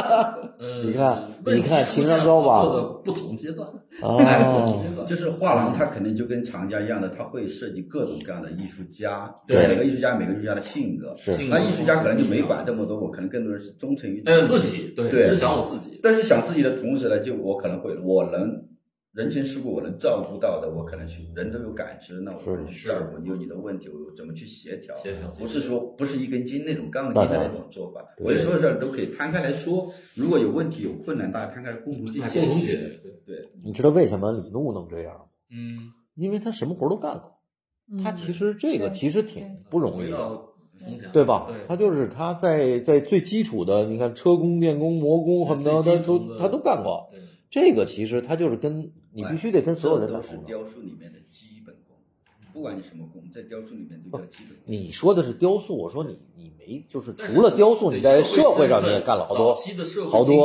Speaker 2: 呃
Speaker 1: 你看
Speaker 2: 问题
Speaker 1: 你看
Speaker 2: 出
Speaker 1: 情
Speaker 2: 现
Speaker 1: 商高吧
Speaker 2: 合作的不同阶段，哎不同
Speaker 1: 哦，
Speaker 2: 阶段
Speaker 4: 就是画廊，它肯定就跟藏家一样的，它会设计各种各样的艺术家，
Speaker 2: 对
Speaker 4: 每个艺术家有每个艺术家的性格。
Speaker 1: 是
Speaker 2: 性格
Speaker 4: 那艺术家可能就没管这
Speaker 2: 不
Speaker 4: 么多，我可能更多的是忠诚于
Speaker 2: 一样呃自。己，对，
Speaker 4: 对
Speaker 2: 只想我自己，
Speaker 4: 但是想自己的同时呢，就我可能会，我能人情世故我能照顾到的，我可能去人都有感知，那我可能去照顾。你有你的问题，我怎么去协调？
Speaker 2: 协调自己
Speaker 4: 不是说不是一根筋那种杠
Speaker 1: 那
Speaker 4: 精的
Speaker 1: 当
Speaker 4: 那
Speaker 1: 然
Speaker 4: 种做法，
Speaker 1: 对
Speaker 4: 我觉得所有事儿都可以摊开来说。如果有问题有困难，大家摊开来共同去
Speaker 2: 哎
Speaker 4: 解
Speaker 2: 共同解
Speaker 4: 决。
Speaker 2: 决。对，
Speaker 1: 你知道为什么李怒能这样吗？
Speaker 2: 嗯，
Speaker 1: 因为他什么活儿都干过。 他其实这个
Speaker 3: 嗯对
Speaker 1: 其实挺不容易
Speaker 2: 回
Speaker 1: 的，
Speaker 2: 到从前，
Speaker 1: 对吧？他
Speaker 2: 对，
Speaker 1: 就是他在在最基础的，你看车工、电工、模工什么的，
Speaker 2: 最
Speaker 1: 他
Speaker 2: 基层
Speaker 1: 都
Speaker 2: 的
Speaker 1: 他都干过。
Speaker 2: 对
Speaker 1: 这个其实他就是跟你必须得跟所有人
Speaker 4: 这
Speaker 1: 打
Speaker 4: 都
Speaker 1: 同
Speaker 4: 是
Speaker 1: 道。
Speaker 4: 雕塑里面的基本功，不管你什么功，在雕塑里面都叫基本功。
Speaker 1: 你说的是雕塑，我说你你没就是
Speaker 2: 但是
Speaker 1: 除了雕塑，
Speaker 2: 对
Speaker 1: 你在
Speaker 2: 社
Speaker 1: 社
Speaker 2: 会
Speaker 1: 会上
Speaker 2: 身
Speaker 1: 你也
Speaker 2: 份
Speaker 1: 干了好多
Speaker 2: 早期的社会
Speaker 1: 好
Speaker 2: 经验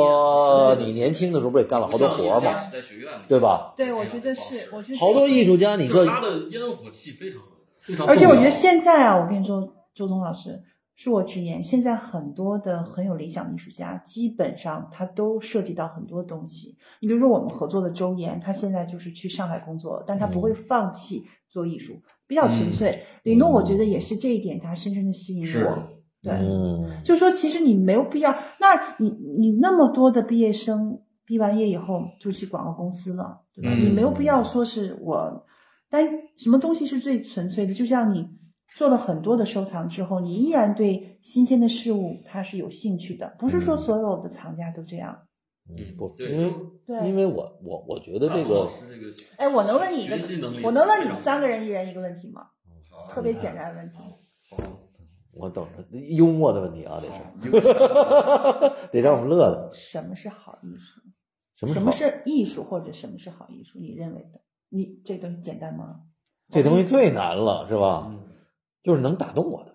Speaker 1: 多，
Speaker 2: 啊对
Speaker 1: 你年轻的时候不也干了好
Speaker 2: 不
Speaker 1: 多
Speaker 2: 像
Speaker 1: 活儿
Speaker 2: 人家
Speaker 1: 嘛，
Speaker 2: 是在学院里，
Speaker 1: 对吧？
Speaker 3: 对，我觉得是，我觉得
Speaker 1: 好多艺术家，你
Speaker 2: 就
Speaker 1: 这
Speaker 2: 是他的烟火气非常非常重要，
Speaker 3: 而且我觉得现在啊，我跟你说，周东老师，恕我直言，现在很多的很有理想的艺术家，基本上他都涉及到很多东西。你比如说我们合作的周岩，他现在就是去上海工作，但他不会放弃做艺术，比较纯粹。李诺，我觉得也是这一点，他深深的吸引
Speaker 2: 是
Speaker 3: 我。对，
Speaker 1: 嗯，
Speaker 3: 就是说，其实你没有必要。那你你那么多的毕业生毕完业以后就去广告公司了，对吧？
Speaker 2: 嗯
Speaker 3: 你没有必要说是我，但什么东西是最纯粹的？就像你做了很多的收藏之后，你依然对新鲜的事物它是有兴趣的，不是说所有的藏家都这样。
Speaker 1: 嗯不，
Speaker 2: 对，
Speaker 1: 因
Speaker 2: 就
Speaker 1: 为因为
Speaker 3: 对，
Speaker 1: 我我我觉得这
Speaker 2: 大王
Speaker 1: 个
Speaker 2: 老师这个，
Speaker 3: 哎，我能问你一个
Speaker 2: 学习能，力
Speaker 3: 我能问
Speaker 2: 非
Speaker 3: 你
Speaker 2: 常
Speaker 3: 三个人一人一个问题吗？
Speaker 4: 好啊
Speaker 3: 特别简单的问题。
Speaker 1: 我等着幽默的问题啊，得
Speaker 4: 好
Speaker 1: 是
Speaker 4: 你又
Speaker 1: 得让我们乐的。
Speaker 3: 什么是好艺术？
Speaker 1: 什么
Speaker 3: 什
Speaker 1: 什
Speaker 3: 么是艺术，或者什么是好艺术？你认为的？你这东西简单吗？
Speaker 1: 这东西最难了，是吧？
Speaker 2: 哦嗯
Speaker 1: 就是能打动我的。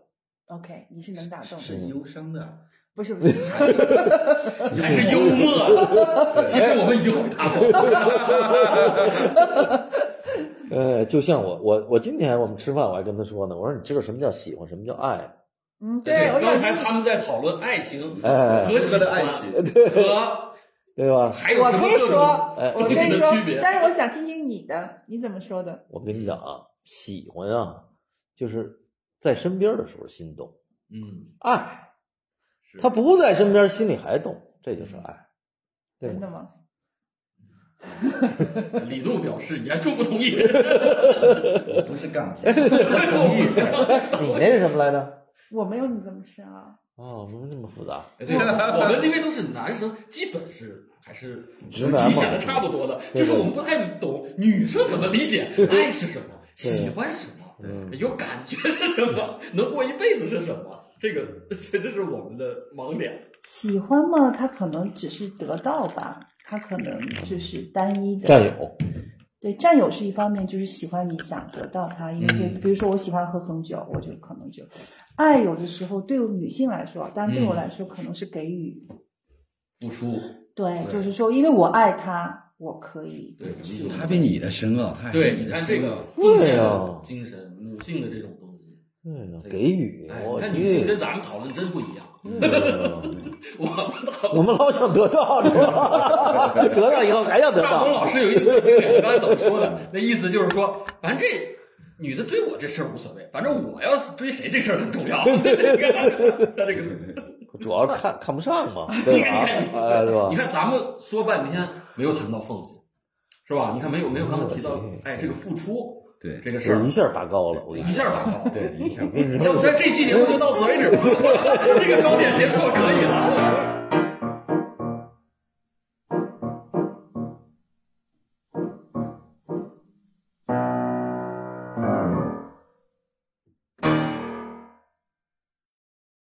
Speaker 3: OK，你是能打动，
Speaker 4: 是忧伤的。
Speaker 3: 不是不是，
Speaker 2: 还是幽 默，其实我们以后他
Speaker 1: 呃，就像我我我今天我们吃饭，我还跟他说呢，我说你知道什么叫喜欢，什么叫爱吗？
Speaker 3: 嗯，我
Speaker 2: 刚才
Speaker 3: 想
Speaker 2: 他们在讨论爱情
Speaker 1: 哎，
Speaker 2: 和喜
Speaker 4: 他
Speaker 2: 欢
Speaker 4: 的爱情，
Speaker 2: 和
Speaker 1: 对吧？
Speaker 2: 还有
Speaker 3: 我
Speaker 2: 什么
Speaker 3: 可以
Speaker 2: 各种
Speaker 3: 说，
Speaker 1: 哎
Speaker 3: 我可
Speaker 2: 东西
Speaker 3: 以
Speaker 2: 的
Speaker 3: 说
Speaker 2: 区别，
Speaker 3: 但是我想听听你的，你怎么说的？
Speaker 1: 我跟你讲啊，喜欢啊，就是在身边的时候心动，
Speaker 2: 嗯，
Speaker 1: 爱
Speaker 2: 是
Speaker 1: 他不在身边，心里还动，这就是爱，对
Speaker 3: 真的
Speaker 1: 吗？
Speaker 3: 吗？
Speaker 2: 李怒表示严重不同 意。哎
Speaker 4: 我不是杠精，我同意的。
Speaker 1: 你
Speaker 2: 嗯
Speaker 1: 那是什么来着？
Speaker 3: 我没有你这么深啊，
Speaker 1: 哦，没有那么复杂，
Speaker 2: 对，我们因为都是男生，基本是还是
Speaker 1: 直男嘛
Speaker 2: 理解的差不多的，
Speaker 1: 对
Speaker 2: 就是我们不太懂女生怎么理解爱是什么，喜欢什么，
Speaker 1: 嗯
Speaker 2: 有感觉是什么，能过一辈子是什么。这个这这是我们的盲点，
Speaker 3: 喜欢嘛，他可能只是得到吧，他可能就是单一的
Speaker 1: 战。友，
Speaker 3: 对，占有是一方面，就是喜欢你想得到他，因为就
Speaker 2: 嗯
Speaker 3: 比如说我喜欢喝红酒，我就可能就，爱啊有的时候对于女性来说，当然对
Speaker 2: 嗯
Speaker 3: 我来说可能是给予，
Speaker 2: 付出
Speaker 3: 对
Speaker 2: 对
Speaker 3: 就是说，因为我爱他，我可以。
Speaker 2: 对，
Speaker 4: 嗯他比你的深奥，他还比
Speaker 2: 对，
Speaker 4: 哎你
Speaker 2: 你
Speaker 4: 的
Speaker 2: 看
Speaker 4: 深
Speaker 2: 这个
Speaker 4: 奥
Speaker 1: 对啊
Speaker 2: 奉献
Speaker 1: 呀
Speaker 2: 的精神，女性的这种东西，
Speaker 1: 对呀，
Speaker 2: 对
Speaker 1: 给予，
Speaker 2: 哎，
Speaker 1: 我
Speaker 2: 你看女性
Speaker 1: 去
Speaker 2: 跟，咱们讨论真不一样。
Speaker 1: 嗯
Speaker 2: 我们讨
Speaker 1: 我们老想得到，是吧？ 得到以后还想得
Speaker 2: 大
Speaker 1: 到
Speaker 2: 鹏，嗯老师有一句最 经典，刚才怎么说的？那意思就是说，反正这女的追我这事儿无所谓，反正我要是追谁这事儿很重要。 他这个，
Speaker 1: 主要是看看不上嘛，对吧？哎，是
Speaker 2: 你
Speaker 1: 吧？
Speaker 2: 看咱们说半天没有谈到奉献，是吧？你看没有没有刚才提到
Speaker 1: 对，
Speaker 2: 哎，这个付出
Speaker 4: 对
Speaker 2: 这个事
Speaker 1: 我
Speaker 2: 儿
Speaker 1: 一，下拔高了，我跟你
Speaker 2: 一下达到。
Speaker 4: 对，你想
Speaker 1: 说，
Speaker 2: 要不咱这期节目就到此为止吧，这个高点结束可以了。